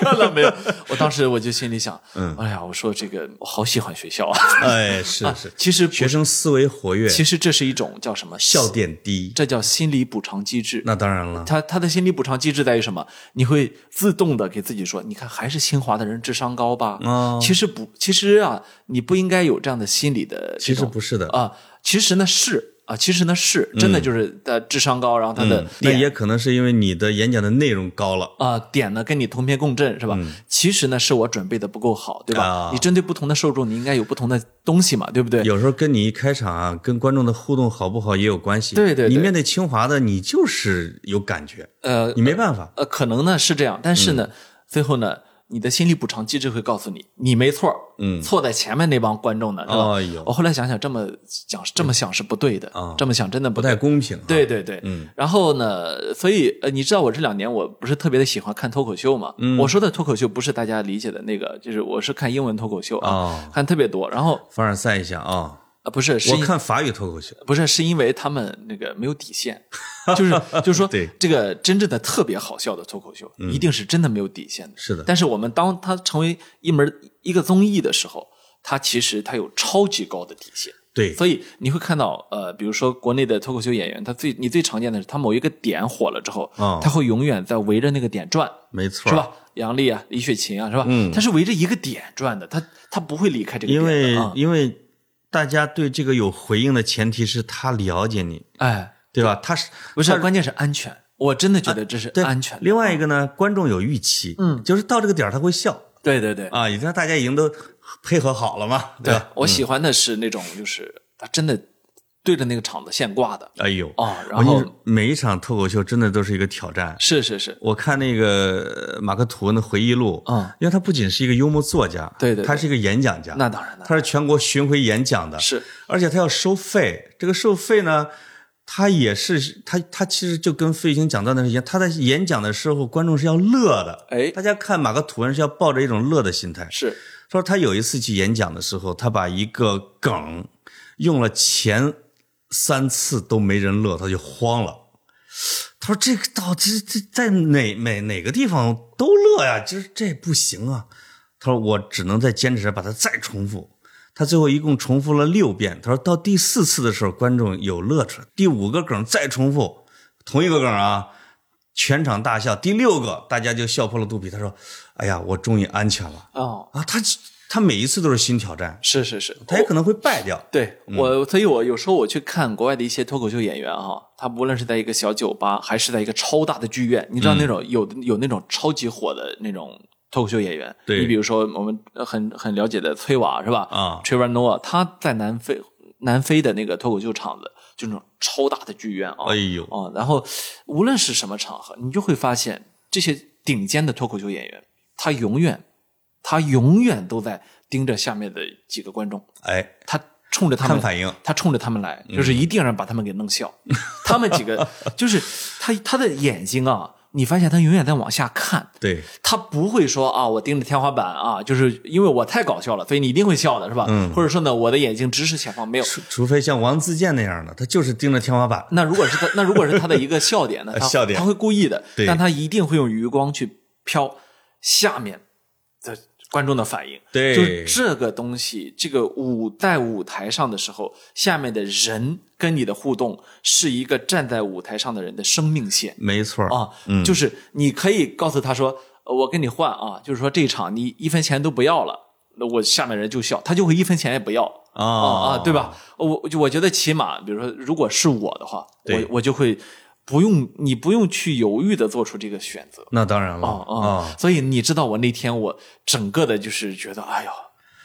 S2: 的，
S1: 了没有，我当时我就心里想，
S2: 嗯
S1: 哎呀，我说这个我好喜欢学校啊，
S2: 哎，是是，
S1: 其实不
S2: 学生思维活跃，
S1: 其实这是一种叫什么
S2: 笑，点低，
S1: 这叫心理补偿机制，
S2: 那当然了，
S1: 他他的心理补偿机制在于什么？你会自动的给自己说，你看还是清华的人智商高吧？
S2: 哦
S1: 其实不，其实啊，你不应该有这样的心理的这
S2: 其实
S1: 种。
S2: 不是的，
S1: 啊、其实呢是啊，其实呢是真的就是呃智商高，然后他的
S2: 嗯那
S1: 点
S2: 也可能是因为你的演讲的内容高了，
S1: 啊、点呢跟你同频共振是吧？其实呢是我准备的不够好，对吧？
S2: 嗯啊
S1: 你针对不同的受众，你应该有不同的东西嘛，对不对？
S2: 有时候跟你一开场啊，跟观众的互动好不好也有关系。
S1: 对对对
S2: 你面对清华的，你就是有感觉，
S1: 呃
S2: 你没办法。
S1: 呃，可能呢是这样，但是
S2: 嗯
S1: 呢，最后呢，你的心理补偿机制会告诉你，你没错，
S2: 嗯
S1: 错在前面那帮观众呢，是吧？
S2: 哎呦嗯
S1: 我后来想想，这么讲这么想是不对的，
S2: 啊
S1: 这么想真的不
S2: 不
S1: 对
S2: 太公平、啊。
S1: 对，对对，
S2: 嗯。
S1: 然后呢，所以呃，你知道我这两年我不是特别的喜欢看脱口秀嘛？
S2: 嗯
S1: 我说的脱口秀不是大家理解的那个，就是我是看英文脱口秀啊，
S2: 哦
S1: 看特别多。然后
S2: 凡尔赛一下啊！
S1: 呃，不是，是因
S2: 我看法语脱口秀，
S1: 不是，是因为他们那个没有底线，就是就是说
S2: 对，嗯
S1: 这个真正的特别好笑的脱口秀，一定是真的没有底线的。
S2: 是的
S1: 但是我们当它成为一门一个综艺的时候，它其实它有超级高的底线。
S2: 对，
S1: 所以你会看到，呃，比如说国内的脱口秀演员，他最你最常见的是，他某一个点火了之后，
S2: 嗯
S1: 他会永远在围着那个点转，
S2: 没错，
S1: 是？吧？杨笠啊，李雪琴啊，是吧？
S2: 嗯
S1: 他是围着一个点转的，他他不会离开这个点的
S2: 因为、
S1: 啊
S2: 因为大家对这个有回应的前提是他了解你，
S1: 哎，
S2: 对吧？他是
S1: 不是，
S2: 他啊
S1: 关键是安全。我真的觉得这是
S2: 对
S1: 安全的。
S2: 另外一个呢，观众有预期，嗯，就是到这个点儿他会笑
S1: 对对对，
S2: 啊，你看大家已经都配合好了嘛，对啊嗯吧？
S1: 我喜欢的是那种就是他真的对着那个场子现挂的
S2: 哎呦，
S1: 哦，
S2: 我
S1: 然
S2: 跟你
S1: 后
S2: 说每一场脱口秀真的都是一个挑战，
S1: 是是是，
S2: 我看那个呃马克吐温的回忆录，
S1: 嗯，
S2: 因为他不仅是一个幽默作家，
S1: 对对对
S2: 他是一个演讲家，
S1: 那当然了，
S2: 他是全国巡回演讲的，
S1: 是
S2: 而且他要收费，这个收费呢，他也是他他其实就跟费玉清讲段子一样，他在演讲的时候，观众是要乐的，
S1: 哎
S2: 大家看马克吐温是要抱着一种乐的心态，
S1: 是
S2: 说他有一次去演讲的时候，他把一个梗用了前三次都没人乐，他就慌了。他说：“这个到底这在哪哪哪个地方都乐呀？就是这不行啊。”他说：“我只能再坚持把它再重复。”他最后一共重复了六遍。他说到第四次的时候，观众有乐出来。第五个梗再重复，同一个梗啊，全场大笑。第六个大家就笑破了肚皮。他说：“哎呀，我终于安全了。”
S1: 哦，
S2: 啊，他他每一次都是新挑战，
S1: 是是是，
S2: 他也可能会败掉。
S1: 对我，所以我有时候我去看国外的一些脱口秀演员哈，他无论是在一个小酒吧，还是在一个超大的剧院，你知道那种、有有那种超级火的那种脱口秀演员，
S2: 对
S1: 你比如说我们呃很很了解的崔娃是吧？
S2: 啊
S1: 崔娃诺他在南非南非的那个脱口秀场子，就那种超大的剧院啊，
S2: 哎呦，
S1: 哦，然后无论是什么场合，你就会发现这些顶尖的脱口秀演员，他永远他永远都在盯着下面的几个观众。
S2: 哎，
S1: 他冲着他们
S2: 看反应嗯
S1: 他冲着他们来，就是一定让把他们给弄笑。他们几个就是他他的眼睛啊，你发现他永远在往下看，
S2: 对，
S1: 他不会说啊，我盯着天花板啊，就是因为我太搞笑了，所以你一定会笑的是吧？
S2: 嗯
S1: 或者说呢，我的眼睛直视前方，没有。
S2: 除除非像王自健那样的，他就是盯着天花板。
S1: 那如果是 他，那如果是他的一个笑点呢？他
S2: 笑点
S1: 他会故意的，
S2: 对
S1: 但他一定会用余光去瞟下面的观众的反应。
S2: 对
S1: 就是这个东西，这个舞在舞台上的时候，下面的人跟你的互动是一个站在舞台上的人的生命线
S2: 没错儿，
S1: 啊，就是你可以告诉他说，呃我跟你换啊，就是说这一场你一分钱都不要了，那我下面人就笑，他就会一分钱也不要。
S2: 哦
S1: 啊、啊、对吧？我就我觉得起码，比如说，如果是我的话，
S2: 对
S1: 我我就会不用你不用去犹豫的做出这个选择
S2: 那当然了
S1: 啊啊、
S2: 哦
S1: 所以你知道，我那天我整个的就是觉得，哎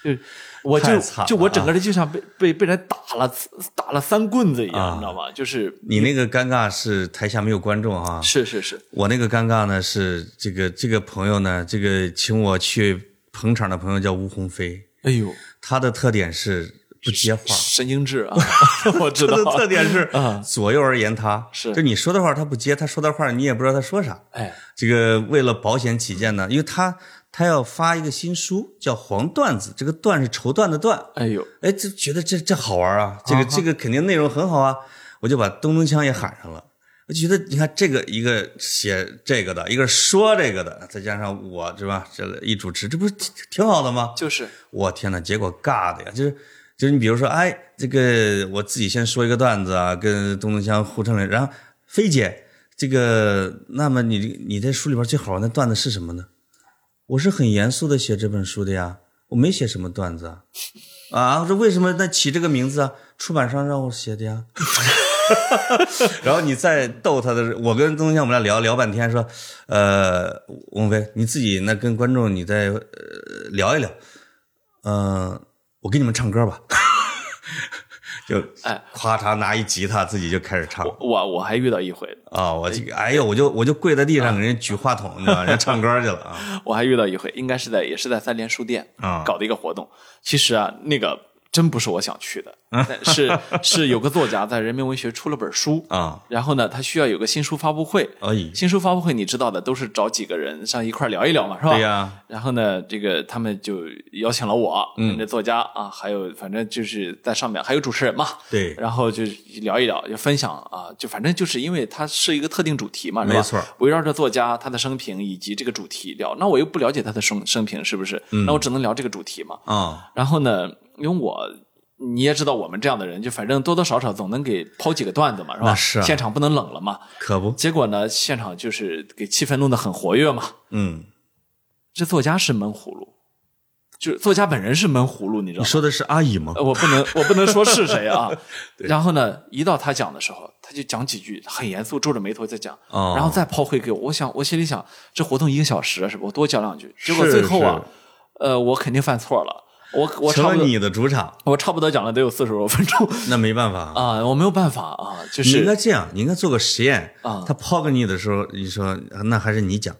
S1: 呦，就我就
S2: 太惨了啊
S1: 就我整个人就像被被被人打了打了三棍子一样，
S2: 啊
S1: 你知道吗？就是
S2: 你那个尴尬是台下没有观众啊，
S1: 是是是，
S2: 我那个尴尬呢是这个这个朋友呢，这个请我去捧场的朋友叫吴鸿飞，
S1: 哎呦，
S2: 他的特点是不接话，
S1: 神经质 啊，我知道
S2: 他的， 特点是
S1: 啊
S2: 左右而言他，
S1: 是
S2: 就你说的话他不接，他说的话你也不知道他说啥。
S1: 哎，
S2: 这个为了保险起见呢，因为他他要发一个新书叫《黄段子》，这个段是绸缎的缎，
S1: 哎呦，
S2: 哎，这觉得这这好玩啊，这个这个肯定内容很好啊，我就把东东锵也喊上了。我觉得你看这个一个写这个的，一个说这个的，再加上我是吧，这一主持，这不是挺挺好的吗？
S1: 就是
S2: 我天呐，结果尬的呀，就是就是你比如说，哎，这个我自己先说一个段子啊，跟东东锵互称了，然后菲姐，这个那么你你在书里边最好玩的段子是什么呢？我是很严肃的写这本书的呀，我没写什么段子啊。啊，我说为什么那起这个名字啊？出版商让我写的呀。 然后你再逗他的时候，我跟东东我们俩聊聊半天，说，呃，王菲，你自己那跟观众你再、呃、聊一聊，呃，我给你们唱歌吧， 就
S1: 哎
S2: 咔嚓拿一吉他自己就开始唱。
S1: 我我还遇到一回，
S2: 啊、我这个，哎呦，我就我就跪在地
S1: 啊
S2: 上给人举话筒，你知道吧，人家唱歌去了啊。
S1: 我还遇到一回，应该是在也是在三联书店
S2: 啊
S1: 搞的一个活动。其实啊，那个真不是我想去 的，但是是有个作家在人民文学出了本书
S2: 啊，
S1: 然后呢，他需要有个新书发布会。
S2: 哎，
S1: 新书发布会你知道的，都是找几个人上一块儿聊一聊嘛，是吧？
S2: 对呀、
S1: 然后呢，这个他们就邀请了我，
S2: 嗯
S1: 跟着作家啊，还有反正就是在上面还有主持人嘛，
S2: 对
S1: 然后就聊一聊，就分享啊，就反正就是因为它是一个特定主题嘛，是吧
S2: 没错，
S1: 围绕着作家他的生平以及这个主题聊，那我又不了解他的生生平是不是？
S2: 嗯
S1: 那我只能聊这个主题嘛。
S2: 啊，
S1: 然后呢，因为我你也知道我们这样的人，就反正多多少少总能给抛几个段子嘛，是吧？
S2: 那是啊
S1: 现场不能冷了嘛。
S2: 可不，
S1: 结果呢，现场就是给气氛弄得很活跃嘛，
S2: 嗯，
S1: 这作家是闷葫芦，就是作家本人是闷葫芦，你知道
S2: 你
S1: 吗？
S2: 说的是阿姨吗
S1: 呃？我不能，我不能说是谁 啊。然后呢，一到他讲的时候，他就讲几句，很严肃，皱着眉头在讲，
S2: 哦
S1: 然后再抛回给我。我想，我心里想，这活动一个小时啊是吧？我多讲两句。结果
S2: 是
S1: 最后啊
S2: 是，
S1: 呃，我肯定犯错了，我我
S2: 成
S1: 差不
S2: 了
S1: 多，
S2: 你的主场，
S1: 我差不多讲了得有四十多分 钟
S2: 那没办法。
S1: 啊、我没有办法啊，就
S2: 你应
S1: 是
S2: 该
S1: 啊、
S2: 这样，你应该做个实验
S1: 啊
S2: 他抛给你的时候，你说那还是你讲，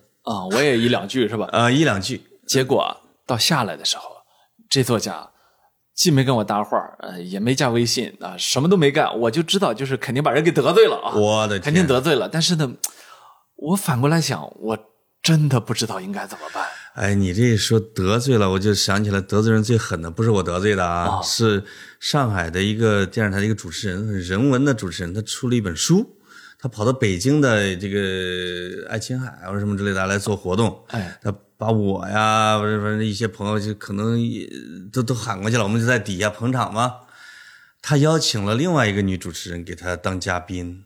S1: 我也一两句是吧？
S2: 呃，一两句，
S1: 结果啊到下来的时候，这作家既没跟我搭话儿，呃，也没加微信啊、什么都没干，我就知道就是肯定把人给得罪了啊，
S2: 我的天，
S1: 肯定得罪了。但是呢，我反过来想，我真的不知道应该怎么办。
S2: 哎，你这一说得罪了，我就想起来得罪人最狠的不是我得罪的啊，是上海的一个电视台的一个主持人，人文的主持人，他出了一本书，他跑到北京的这个爱琴海啊或者什么之类的来做活动，
S1: 哎，
S2: 他把我呀，不是不是一些朋友就可能也都都喊过去了，我们就在底下捧场嘛。他邀请了另外一个女主持人给他当嘉宾，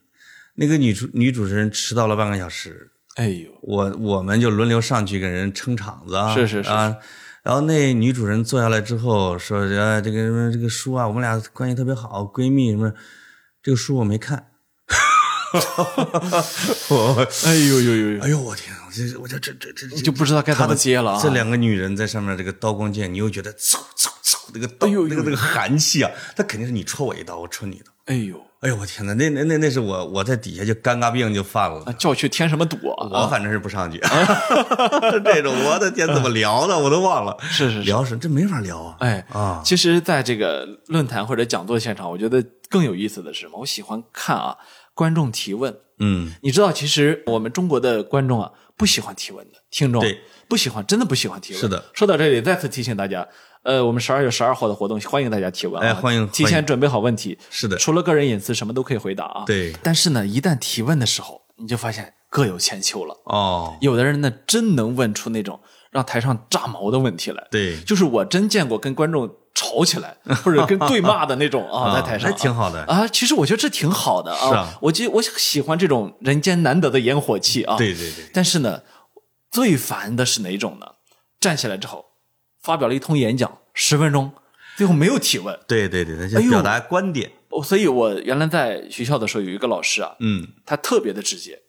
S2: 那个女主女主持人迟到了半个小时，
S1: 哎呦，
S2: 我我们就轮流上去给人撑场子啊，
S1: 是是是
S2: 啊。然后那女主人坐下来之后说：“呃，这个什么这个书啊，我们俩关系特别好，闺蜜什么，这个书我没看。我”
S1: 哎呦呦呦呦，
S2: 哎呦我天，我这我这这这这
S1: 就不知道该怎么接了啊
S2: 这两个女人在上面这个刀光剑，你又觉得嗖嗖嗖那个刀、
S1: 哎呦
S2: 那个那个寒气啊，她肯定是你戳我一刀，我戳你一刀。
S1: 哎呦，
S2: 哎呦我天哪，那那那那是我我在底下就尴尬病就犯了。
S1: 啊叫我去添什么堵啊？
S2: 我反正是不上去， 这种我的天，怎么聊的我都忘了，
S1: 是是是，
S2: 聊什么？这没法聊啊！
S1: 哎
S2: 啊
S1: 其实，在这个论坛或者讲座现场，我觉得更有意思的是什么？我喜欢看啊，观众提问。
S2: 嗯，
S1: 你知道，其实我们中国的观众啊，不喜欢提问的听众，
S2: 对，
S1: 不喜欢，真的不喜欢提问。
S2: 是的。
S1: 说到这里，再次提醒大家，呃，我们十二月十二号的活动，欢迎大家提问、啊，
S2: 哎欢迎欢迎
S1: 提前准备好问题。
S2: 是的，
S1: 除了个人隐私，什么都可以回答啊。
S2: 对
S1: 但是呢，一旦提问的时候，你就发现各有千秋了。
S2: 哦，
S1: 有的人呢，真能问出那种让台上炸毛的问题来。
S2: 对，
S1: 就是我真见过跟观众吵起 来，或者跟对骂的那种啊，在台上
S2: 还挺好的，
S1: 啊。其实我觉得这挺好的啊，
S2: 是啊
S1: 我就我喜欢这种人间难得的烟火气啊。
S2: 对对对，
S1: 但是呢，最烦的是哪种呢？站起来之后，发表了一通演讲，十分钟，最后没有提问。
S2: 对对对，
S1: 哎
S2: 他就表达观点。
S1: 哦，所以我原来在学校的时候有一个老师啊，
S2: 嗯，
S1: 他特别的直接，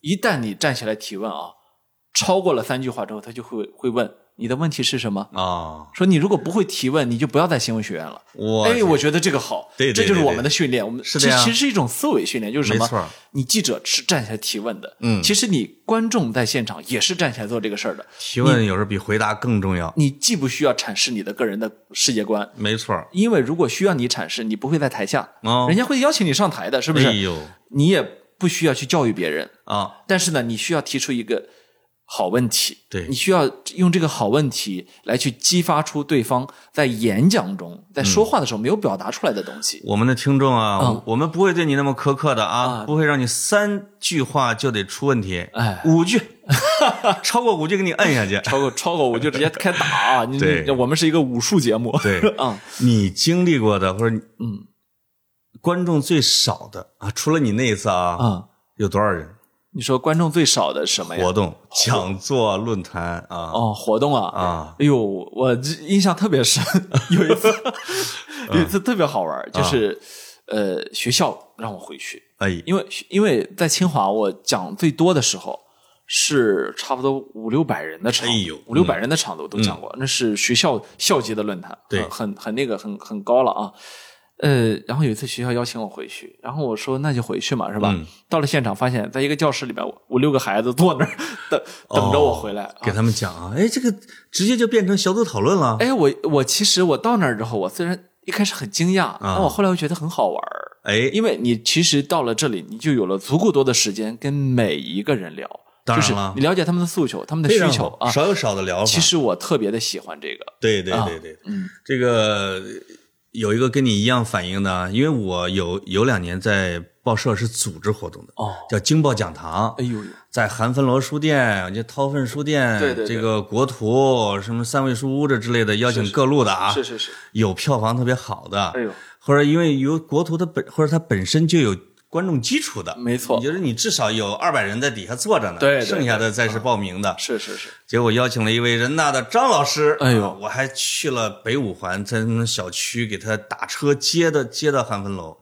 S1: 一旦你站起来提问啊，超过了三句话之后，他就会会问你的问题是什么。
S2: 啊，
S1: 说你如果不会提问，你就不要在新闻学院了。
S2: 哇
S1: 哎，我觉得这个好，
S2: 对对对
S1: 这就是我们的训练。我们
S2: 是
S1: 其
S2: 的呀
S1: 实其实是一种思维训练，就是什
S2: 没错
S1: 么？你记者是站起来提问的，
S2: 嗯
S1: 其实你观众在现场也是站起来做这个事儿的。
S2: 提问有时候比回答更重要。
S1: 你既不需要阐释你的个人的世界观，
S2: 没错儿，
S1: 因为如果需要你阐释，你不会在台下，
S2: 哦
S1: 人家会邀请你上台的，是不是？
S2: 哎呦
S1: 你也不需要去教育别人，
S2: 啊，
S1: 但是呢，你需要提出一个好问题，
S2: 对
S1: 你需要用这个好问题来去激发出对方在演讲中、在说话的时候没有表达出来的东西。
S2: 我们的听众啊，
S1: 嗯
S2: 我们不会对你那么苛刻的啊，
S1: 啊
S2: 不会让你三句话就得出问题，
S1: 哎
S2: 五句，超过五句给你摁下去。
S1: 超过超过我就直接开打 啊！你
S2: 对
S1: 你我们是一个武术节目，
S2: 对
S1: 啊，
S2: 你经历过的或者
S1: 嗯
S2: 观众最少的啊，除了你那一次啊，
S1: 啊，
S2: 有多少人
S1: 你说观众最少的什么呀
S2: 活？动、讲座、论坛啊？
S1: 哦，活动啊
S2: 啊！
S1: 哎呦，我这印象特别 深，有一次，
S2: 嗯
S1: 有一次特别好玩儿，
S2: 啊
S1: 就是呃，学校让我回去，
S2: 哎，
S1: 因为因为在清华，我讲最多的时候是差不多五六百人的场，
S2: 哎呦嗯
S1: 五六百人的场子我都讲过，那是学校校级的论坛，
S2: 对
S1: 很很很那个很很高了啊。呃，然后有一次学校邀请我回去，然后我说那就回去嘛，是吧？
S2: 嗯
S1: 到了现场发现，在一个教室里边，五六个孩子坐那儿等等着我回来。
S2: 哦给
S1: 啊
S2: 他们讲啊，哎，这个直接就变成小组讨论了。
S1: 哎，我我其实我到那儿之后，我虽然一开始很惊讶，
S2: 啊
S1: 但我后来又觉得很好玩儿。
S2: 哎，
S1: 因为你其实到了这里，你就有了足够多的时间跟每一个人聊，
S2: 当然
S1: 就是
S2: 了
S1: 你了解他们的诉求、他们的
S2: 非
S1: 需
S2: 常
S1: 求
S2: 好
S1: 啊。
S2: 少有少的聊法。
S1: 其实我特别的喜欢这个，
S2: 对对
S1: 啊
S2: 对对，
S1: 嗯
S2: 这个有一个跟你一样反应的啊，因为我有有两年在报社是组织活动的，
S1: 哦，
S2: 叫京报讲堂。
S1: 哎呦呦，
S2: 在韩芬罗书店、这掏粪书店、
S1: 对对对
S2: 这个国图、什么三味书屋这之类的，邀请各路的啊，
S1: 是是是，
S2: 有票房特别好的，
S1: 哎呦，
S2: 或者因为有国图它本或者它本身就有观众基础的，
S1: 没错
S2: 也就是你至少有二百人在底下坐着呢，
S1: 对对啊
S2: 剩下的再是报名的。
S1: 是是是，
S2: 结果邀请了一位人大的张老师，
S1: 哎呦
S2: 啊我还去了北五环，在他们小区给他打车接的，接到汉芬楼。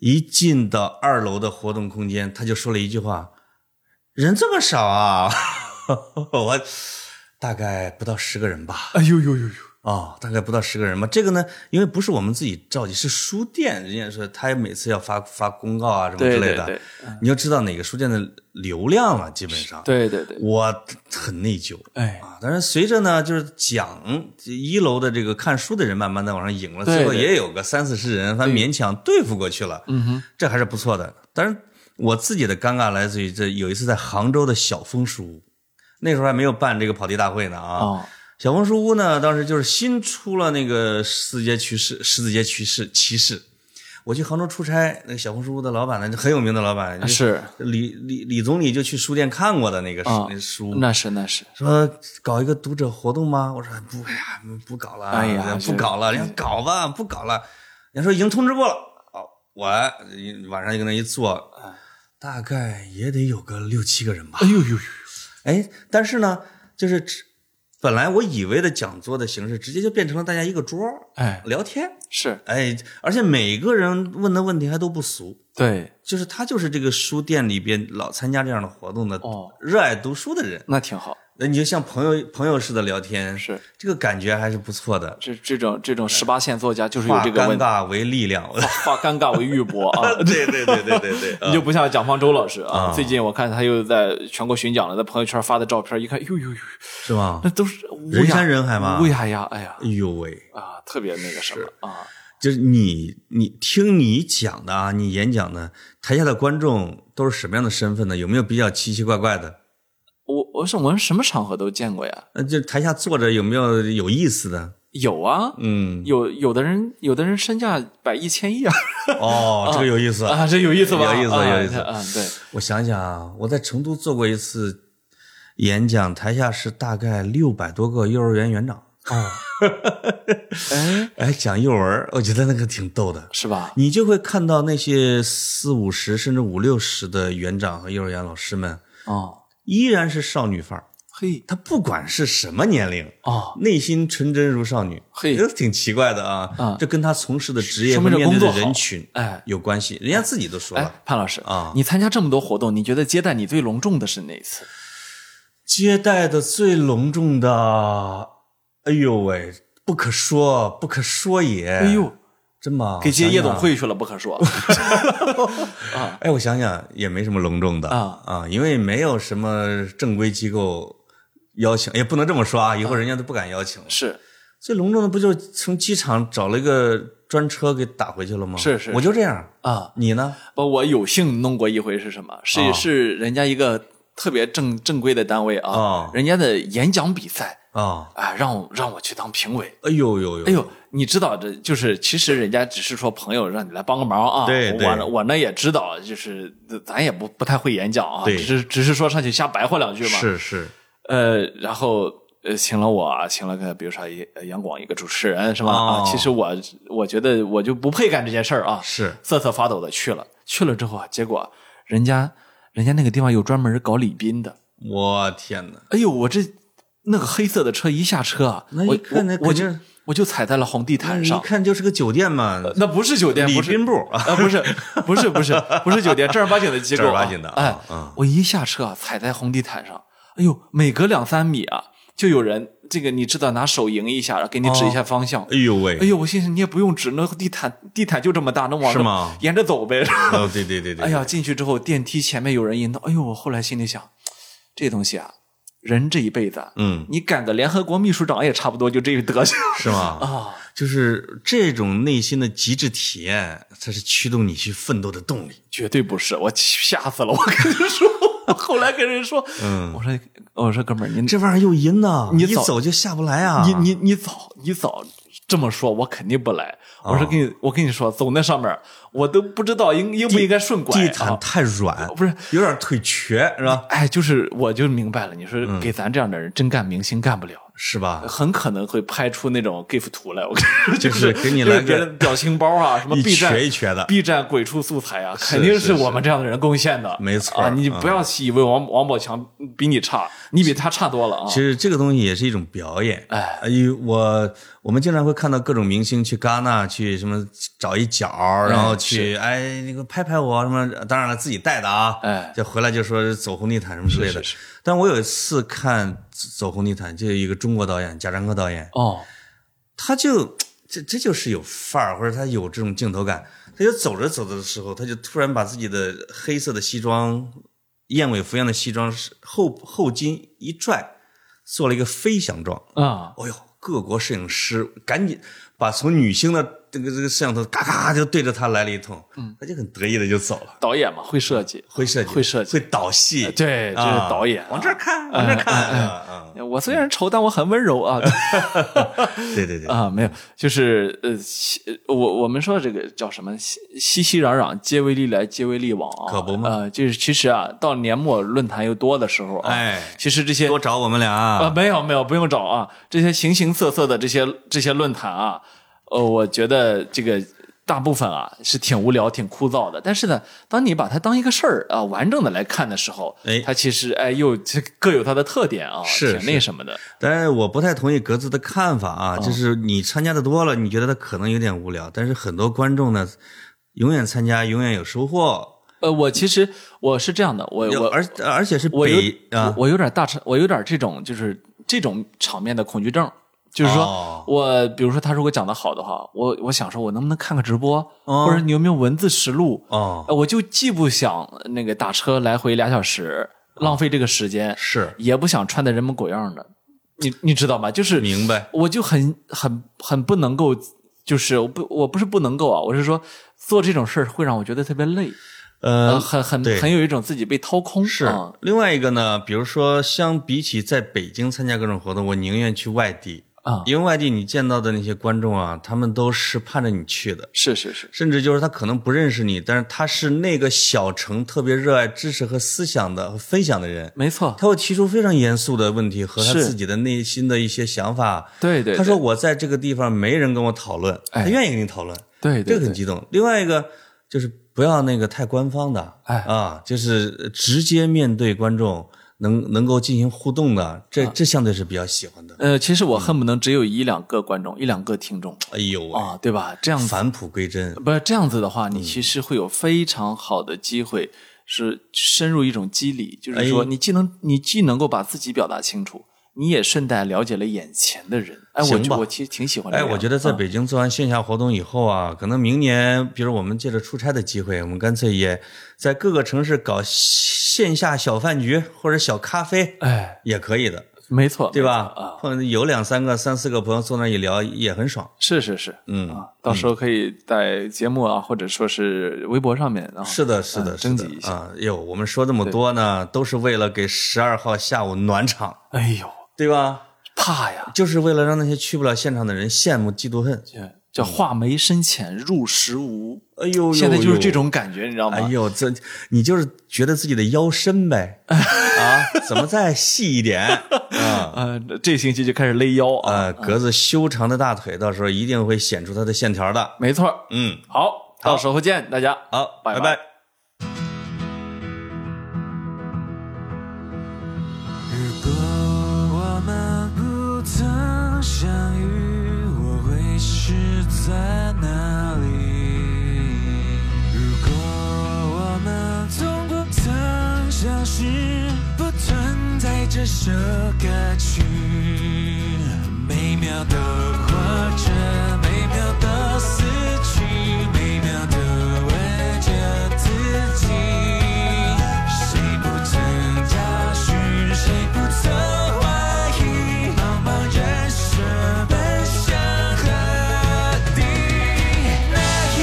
S2: 一进到二楼的活动空间，他就说了一句话：“人这么少啊！” 我大概不到十个人吧，
S1: 哎呦呦呦呦，
S2: 哦，大概不到十个人吧。这个呢，因为不是我们自己召集，是书店，人家说他每次要发发公告啊什么之
S1: 对
S2: 类
S1: 对
S2: 的，
S1: 对
S2: 你要知道哪个书店的流量了，基本上。
S1: 对对对，
S2: 我很内疚，
S1: 哎，
S2: 啊，但是随着呢，就是讲这一楼的这个看书的人慢慢的往上引了，
S1: 对
S2: 最后
S1: 对
S2: 也有个三四十人，反正勉强对付过去了，
S1: 嗯哼，
S2: 这还是不错的。当然，我自己的尴尬来自于这有一次在杭州的小枫书屋，那时候还没有办这个跑题大会呢啊。
S1: 哦，
S2: 小枫书屋呢，当时就是新出了那个十字街骑士，十字街骑士骑士。我去杭州出差，那个小枫书屋的老板呢，就很有名的老
S1: 啊
S2: 板，就是李李李总理就去书店看过的那个书、
S1: 啊
S2: 那书，
S1: 那是那是，
S2: 说搞一个读者活动吗？我说不哎呀，不搞了，
S1: 哎呀
S2: 不搞了，人家搞吧，不搞了。人家说已经通知过了，哦，我晚上就跟那一坐，大概也得有个六七个人吧
S1: 嗯哎。呦呦呦，
S2: 哎，但是呢，就是只本来我以为的讲座的形式，直接就变成了大家一个桌儿
S1: 哎，
S2: 聊天，
S1: 是
S2: 哎，而且每个人问的问题还都不俗。
S1: 对，
S2: 就是他就是这个书店里边老参加这样的活动的，
S1: 哦
S2: 热爱读书的人，
S1: 那挺好，
S2: 那你就像朋友朋友似的聊天，
S1: 是
S2: 这个感觉还是不错的。
S1: 这这种这种十八线作家就是有
S2: 化
S1: 这个
S2: 尴
S1: 问题，
S2: 尬为力 量，
S1: 化尴尬为玉 帛啊，
S2: 对对对对对 对，
S1: 你就不像蒋方舟老师啊，
S2: 啊
S1: 最近我看他又在全国巡讲了，在朋友圈发的照片，一看，哎呦呦呦，
S2: 是吗
S1: 那？都是乌
S2: 人
S1: 鸦
S2: 山人海嘛
S1: 乌压压，哎呀
S2: 哎呦喂，
S1: 啊，特别那个什么啊，
S2: 就是你你听你讲的啊，你演讲的，台下的观众都是什么样的身份呢？有没有比较奇奇怪怪的？
S1: 我我是我们什么场合都见过呀，
S2: 呃，就台下坐着有没有有意思的？
S1: 有啊，
S2: 嗯，
S1: 有有的人有的人身价百亿千亿啊，
S2: 哦，这个有意 思。
S1: 啊，这有意思吧？
S2: 有意思
S1: 啊
S2: 有意思
S1: 啊，对，
S2: 我想想啊，我在成都做过一次演讲，台下是大概六百多个幼儿园园长。
S1: 哎，
S2: 哎，讲幼儿，我觉得那个挺逗的。
S1: 是吧？
S2: 你就会看到那些四五十甚至五六十的园长和幼儿园老师们，
S1: 哦，
S2: 依然是少女范儿，
S1: 嘿，
S2: 她不管是什么年龄，
S1: 哦，
S2: 内心纯真如少女，
S1: 嘿
S2: 这挺奇怪的啊。
S1: 啊
S2: 这跟她从事的职业
S1: 说
S2: 和
S1: 明这工
S2: 面对
S1: 作
S2: 的
S1: 好
S2: 人群
S1: 哎
S2: 有关系，人家自己都说了
S1: 哎。，潘老师
S2: 啊
S1: 你参加这么多活动，你觉得接待你最隆重的是哪一次？
S2: 接待的最隆重的，哎呦喂，不可说，不可说也。
S1: 哎，呦，
S2: 真吗？
S1: 给接夜总
S2: 我想想啊
S1: 会去了，不可 说。
S2: 哎，我想想也没什么隆重的
S1: 啊
S2: 啊，因为没有什么正规机构邀请，也不能这么说啊，以后人家都不敢邀请了。
S1: 是，
S2: 最隆重的不就是从机场找了一个专车给打回去了吗？
S1: 是是
S2: 我就这样
S1: 啊。
S2: 你呢？
S1: 不，我有幸弄过一回是什么？是、
S2: 啊
S1: 是人家一个特别正正规的单位啊，
S2: 啊
S1: 人家的演讲比赛
S2: 啊，
S1: 啊，让我让我去当评委。
S2: 哎呦呦呦，
S1: 哎，呦，你知道这就是，其实人家只是说朋友让你来帮个忙啊。
S2: 对对
S1: 我呢我呢也知道，就是咱也不不太会演讲啊，
S2: 对
S1: 只是只是说上去瞎白话两句嘛。
S2: 是是
S1: 呃，然后呃，请了我啊，请了个比如说一呃杨广一个主持人是吧？
S2: 哦
S1: 啊，其实我我觉得我就不配干这件事儿啊，
S2: 是，
S1: 瑟瑟发抖的去了，去了之后啊，结果人家人家那个地方有专门搞礼宾的，
S2: 我天哪！
S1: 哎呦，我这那个黑色的车一下车啊，
S2: 那一
S1: 我
S2: 看那
S1: 我我
S2: 肯定
S1: 就是我就踩在了红地毯
S2: 一
S1: 上。
S2: 看就是个酒店嘛，
S1: 呃那不是酒店，
S2: 礼
S1: 不是
S2: 宾部啊，
S1: 啊，不是，不是，不是，不是酒店，正儿八经的机构、啊，
S2: 正儿八经的
S1: 哎
S2: 啊，嗯
S1: 我一下车啊，踩在红地毯上，哎呦，每隔两三米啊，就有人这个你知道拿手迎一下，给你指一下方向。
S2: 哎呦喂，
S1: 哎呦，我心想你也不用指，那地毯地毯就这么大，能往
S2: 是
S1: 那
S2: 吗
S1: 沿着走呗。
S2: 哦，对对对 对，
S1: 哎呀，进去之后电梯前面有人引导，哎呦，我后来心里想，这东西啊，人这一辈子，啊
S2: 嗯，
S1: 你赶个联合国秘书长也差不多就这德行
S2: 是吗？
S1: 啊。
S2: 就是这种内心的极致体验，才是驱动你去奋斗的动力。
S1: 绝对不是，我吓死了！我跟你说，我后来跟人说，
S2: 嗯
S1: 我说我说哥们儿，您
S2: 这玩意儿又阴呐，
S1: 你
S2: 一
S1: 早
S2: 走就下不来啊！
S1: 你你你早你早这么说，我肯定不来。我说跟你我跟你说，走那上面儿，我都不知道应应不应该顺拐。
S2: 地毯
S1: 啊
S2: 太软，
S1: 不是
S2: 有点腿瘸是吧？
S1: 哎，就是我就明白了，你说给咱这样的人真干明星干不了。
S2: 是吧？
S1: 很可能会拍出那种 GIF 图来，我跟你说，
S2: 就
S1: 是
S2: 是给你 来
S1: 就是别
S2: 个
S1: 人表情包啊，什么
S2: 一
S1: B 站
S2: 瘸一瘸的
S1: B 站鬼畜素材啊，肯定
S2: 是
S1: 我们这样的人贡献的，
S2: 没错
S1: 啊！你
S2: 嗯
S1: 不要以为王王宝强比你差，你比他差多了啊！
S2: 其实这个东西也是一种表演。
S1: 哎，
S2: 呦，我我们经常会看到各种明星去戛纳去什么找一角，然后去哎那个拍拍我什么，当然了自己带的啊，
S1: 哎
S2: 就回来就说走红地毯什么之类的。
S1: 是是
S2: 但我有一次看走红地毯，就有一个中国导演贾樟柯导演，
S1: 哦，
S2: 他就这这就是有范儿，或者他有这种镜头感。他就走着走着的时候，他就突然把自己的黑色的西装、燕尾服一样的西装是后后襟一拽，做了一个飞翔状。
S1: 啊，
S2: 哎呦，各国摄影师赶紧把从女星的这个这个摄像头嘎嘎就对着他来了一通，他就很得意的就走了。
S1: 导演嘛，会设计，
S2: 会设计，
S1: 嗯会设计
S2: 会导戏，
S1: 对这是
S2: 啊
S1: 导演啊嗯
S2: 往这儿看，往这儿看，啊，啊
S1: 我虽然丑，但我很温柔 啊
S2: 对对对，
S1: 啊！没有，就是呃，西呃我我们说这个叫什么？熙熙熙攘攘，皆为利来，皆为利往啊！
S2: 可不嘛
S1: 呃，就是其实啊，到年末论坛又多的时候啊，
S2: 哎
S1: 其实这些
S2: 多找我们俩
S1: 啊，
S2: 啊，
S1: 没有没有，不用找啊。这些形形色色的这些这些论坛啊，呃，我觉得这个大部分啊是挺无聊、挺枯燥的。但是呢，当你把它当一个事儿啊、完整的来看的时候，
S2: 哎
S1: 它其实哎又这各有它的特点啊，
S2: 是
S1: 挺那什么的。
S2: 但是我不太同意格子的看法
S1: 哦
S2: 啊，就是你参加的多了，你觉得他可能有点无聊，但是很多观众呢，永远参加，永远有收获。
S1: 呃，我其实我是这样的，呃我
S2: 有
S1: 我
S2: 而而且是
S1: 我有
S2: 北啊
S1: 我，我有点大成，我有点这种就是这种场面的恐惧症。就是说，
S2: 哦
S1: 我比如说他如果讲的好的话，我我想说，我能不能看个直播，
S2: 哦
S1: 或者你有没有文字实录？
S2: 哦，
S1: 呃我就既不想那个打车来回俩小时浪费这个时间，
S2: 是
S1: 也不想穿的人模狗样的，你你知道吗？就是
S2: 明白，
S1: 我就很很很不能够，就是我不我不是不能够啊，我是说做这种事儿会让我觉得特别累，呃，
S2: 呃，
S1: 很很
S2: 对
S1: 很有一种自己被掏空
S2: 是
S1: 啊
S2: 另外一个呢，比如说相比起在北京参加各种活动，我宁愿去外地，
S1: 啊，
S2: 因为外地你见到的那些观众啊，他们都是盼着你去的。
S1: 是是是，
S2: 甚至就是他可能不认识你，但是他是那个小城特别热爱知识和思想的和分享的人，
S1: 没错，
S2: 他会提出非常严肃的问题和他
S1: 是
S2: 自己的内心的一些想法。
S1: 对对，
S2: 他说：“
S1: 对
S2: 我在这个地方没人跟我讨论，
S1: 哎
S2: 他愿意跟你讨论，
S1: 对
S2: 这
S1: 对
S2: 个很
S1: 对，
S2: 激动。另外一个就是不要那个太官方的，
S1: 哎
S2: 啊，就是直接面对观众。能能够进行互动的，这
S1: 啊
S2: 这相对是比较喜欢的。
S1: 呃，其实
S2: 嗯
S1: 我恨不能只有一两个观众，一两个听众
S2: 哎呦喂，
S1: 啊，对吧？这样子
S2: 返璞归真，
S1: 不是这样子的话，
S2: 嗯
S1: 你其实会有非常好的机会是深入一种机理，就
S2: 哎
S1: 是说你既能你既能够把自己表达清楚，你也顺带了解了眼前的人。哎，
S2: 行吧
S1: 我我其实挺喜欢这
S2: 哎，
S1: 样。
S2: 我觉得在
S1: 嗯
S2: 北京做完线下活动以后啊，可能明年，比如我们借着出差的机会，我们干脆也在各个城市搞线下小饭局或者小咖啡，
S1: 哎，
S2: 也可以的，
S1: 没错，
S2: 对
S1: 没错啊
S2: 吧？，或者有两三个、三四个朋友坐那儿一聊，也很爽。
S1: 是是是，
S2: 嗯
S1: 啊，到时候可以在节目啊，或者说是微博上面啊，
S2: 是的，是的，
S1: 征
S2: 是的
S1: 集一下
S2: 啊！哟，我们说这么多呢，都是为了给十二号下午暖场，
S1: 哎呦，
S2: 对吧？
S1: 怕呀，
S2: 就是为了让那些去不了现场的人羡慕、嫉妒、恨。
S1: 这叫画眉深浅入时无，
S2: 哎呦，呦
S1: 现在就是这
S2: 呦
S1: 种感觉，你知道吗？
S2: 哎呦，这你就是觉得自己的腰身 呗，啊，怎么再细一点啊？
S1: 呃，这星期就开始勒腰啊，
S2: 呃，格子修长的大腿到时候一定会显出它的线条的。
S1: 没错儿，
S2: 嗯，
S1: 好，到时候见大家。
S2: 好，
S1: 拜
S2: 拜
S1: 拜
S2: 拜
S3: 如果我们不曾相遇，我会是在哪里？如果我们从不曾相识，不存在这首歌曲，每秒都活着，每秒都死去，每秒都问着自己。谁不曾找寻，谁不曾怀疑，茫茫人生奔向何地？那一天，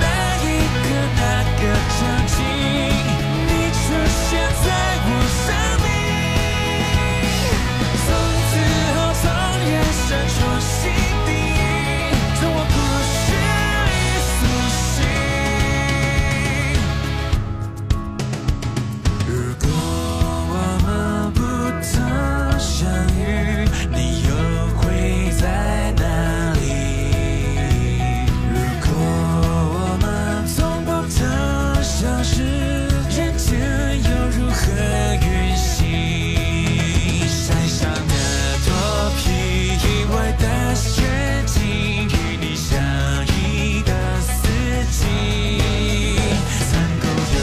S3: 那一刻，那个场景，你出现在我生命。从此后，从人生重新定义，从我故事里苏醒。如果我们不曾相遇，你又会在哪里？如果我们从不曾相识，人间又如何运行？晒伤的脱皮，意外的雪景，与你相依的四季，残酷有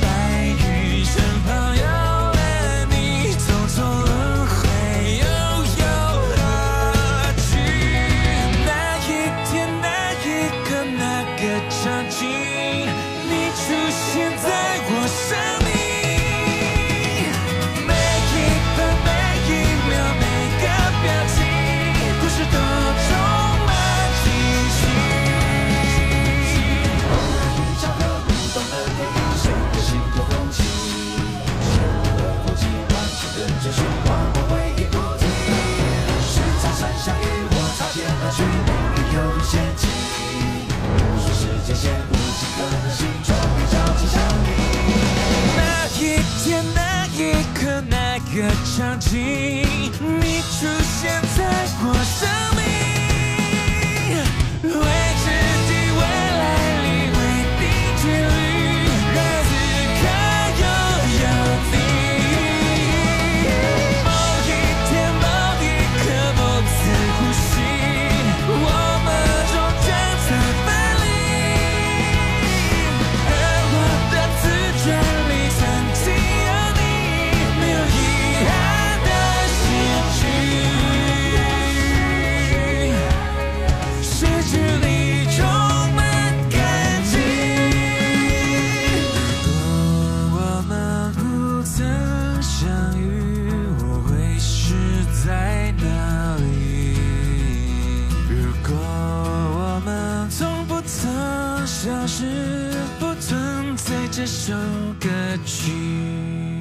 S3: 白云，身旁有了你，匆匆轮回又有何惧？那一天，那一刻，那个场景，你出现在我生命。每一分每一秒每个表情，故事都充满惊喜。找到不同的电影，谁的心有勇气？生而不羁，完全跟着循环，我会一不停。是擦身相遇，我擦肩而去，命里有陷阱。无数时间线，无尽可能性，终于朝夕相遇。那一天，那一刻，那个场景，你出现在我生命，未知的未来里未定距离，让此刻拥有你。某一天，某一刻，某次呼吸，我们终将再分离。而我的自传里曾经有你，没有遗憾的结局，诗句里充满感激。如果我们不曾相遇，我会是在哪里？如果我们从不曾消失，不存在这首歌曲。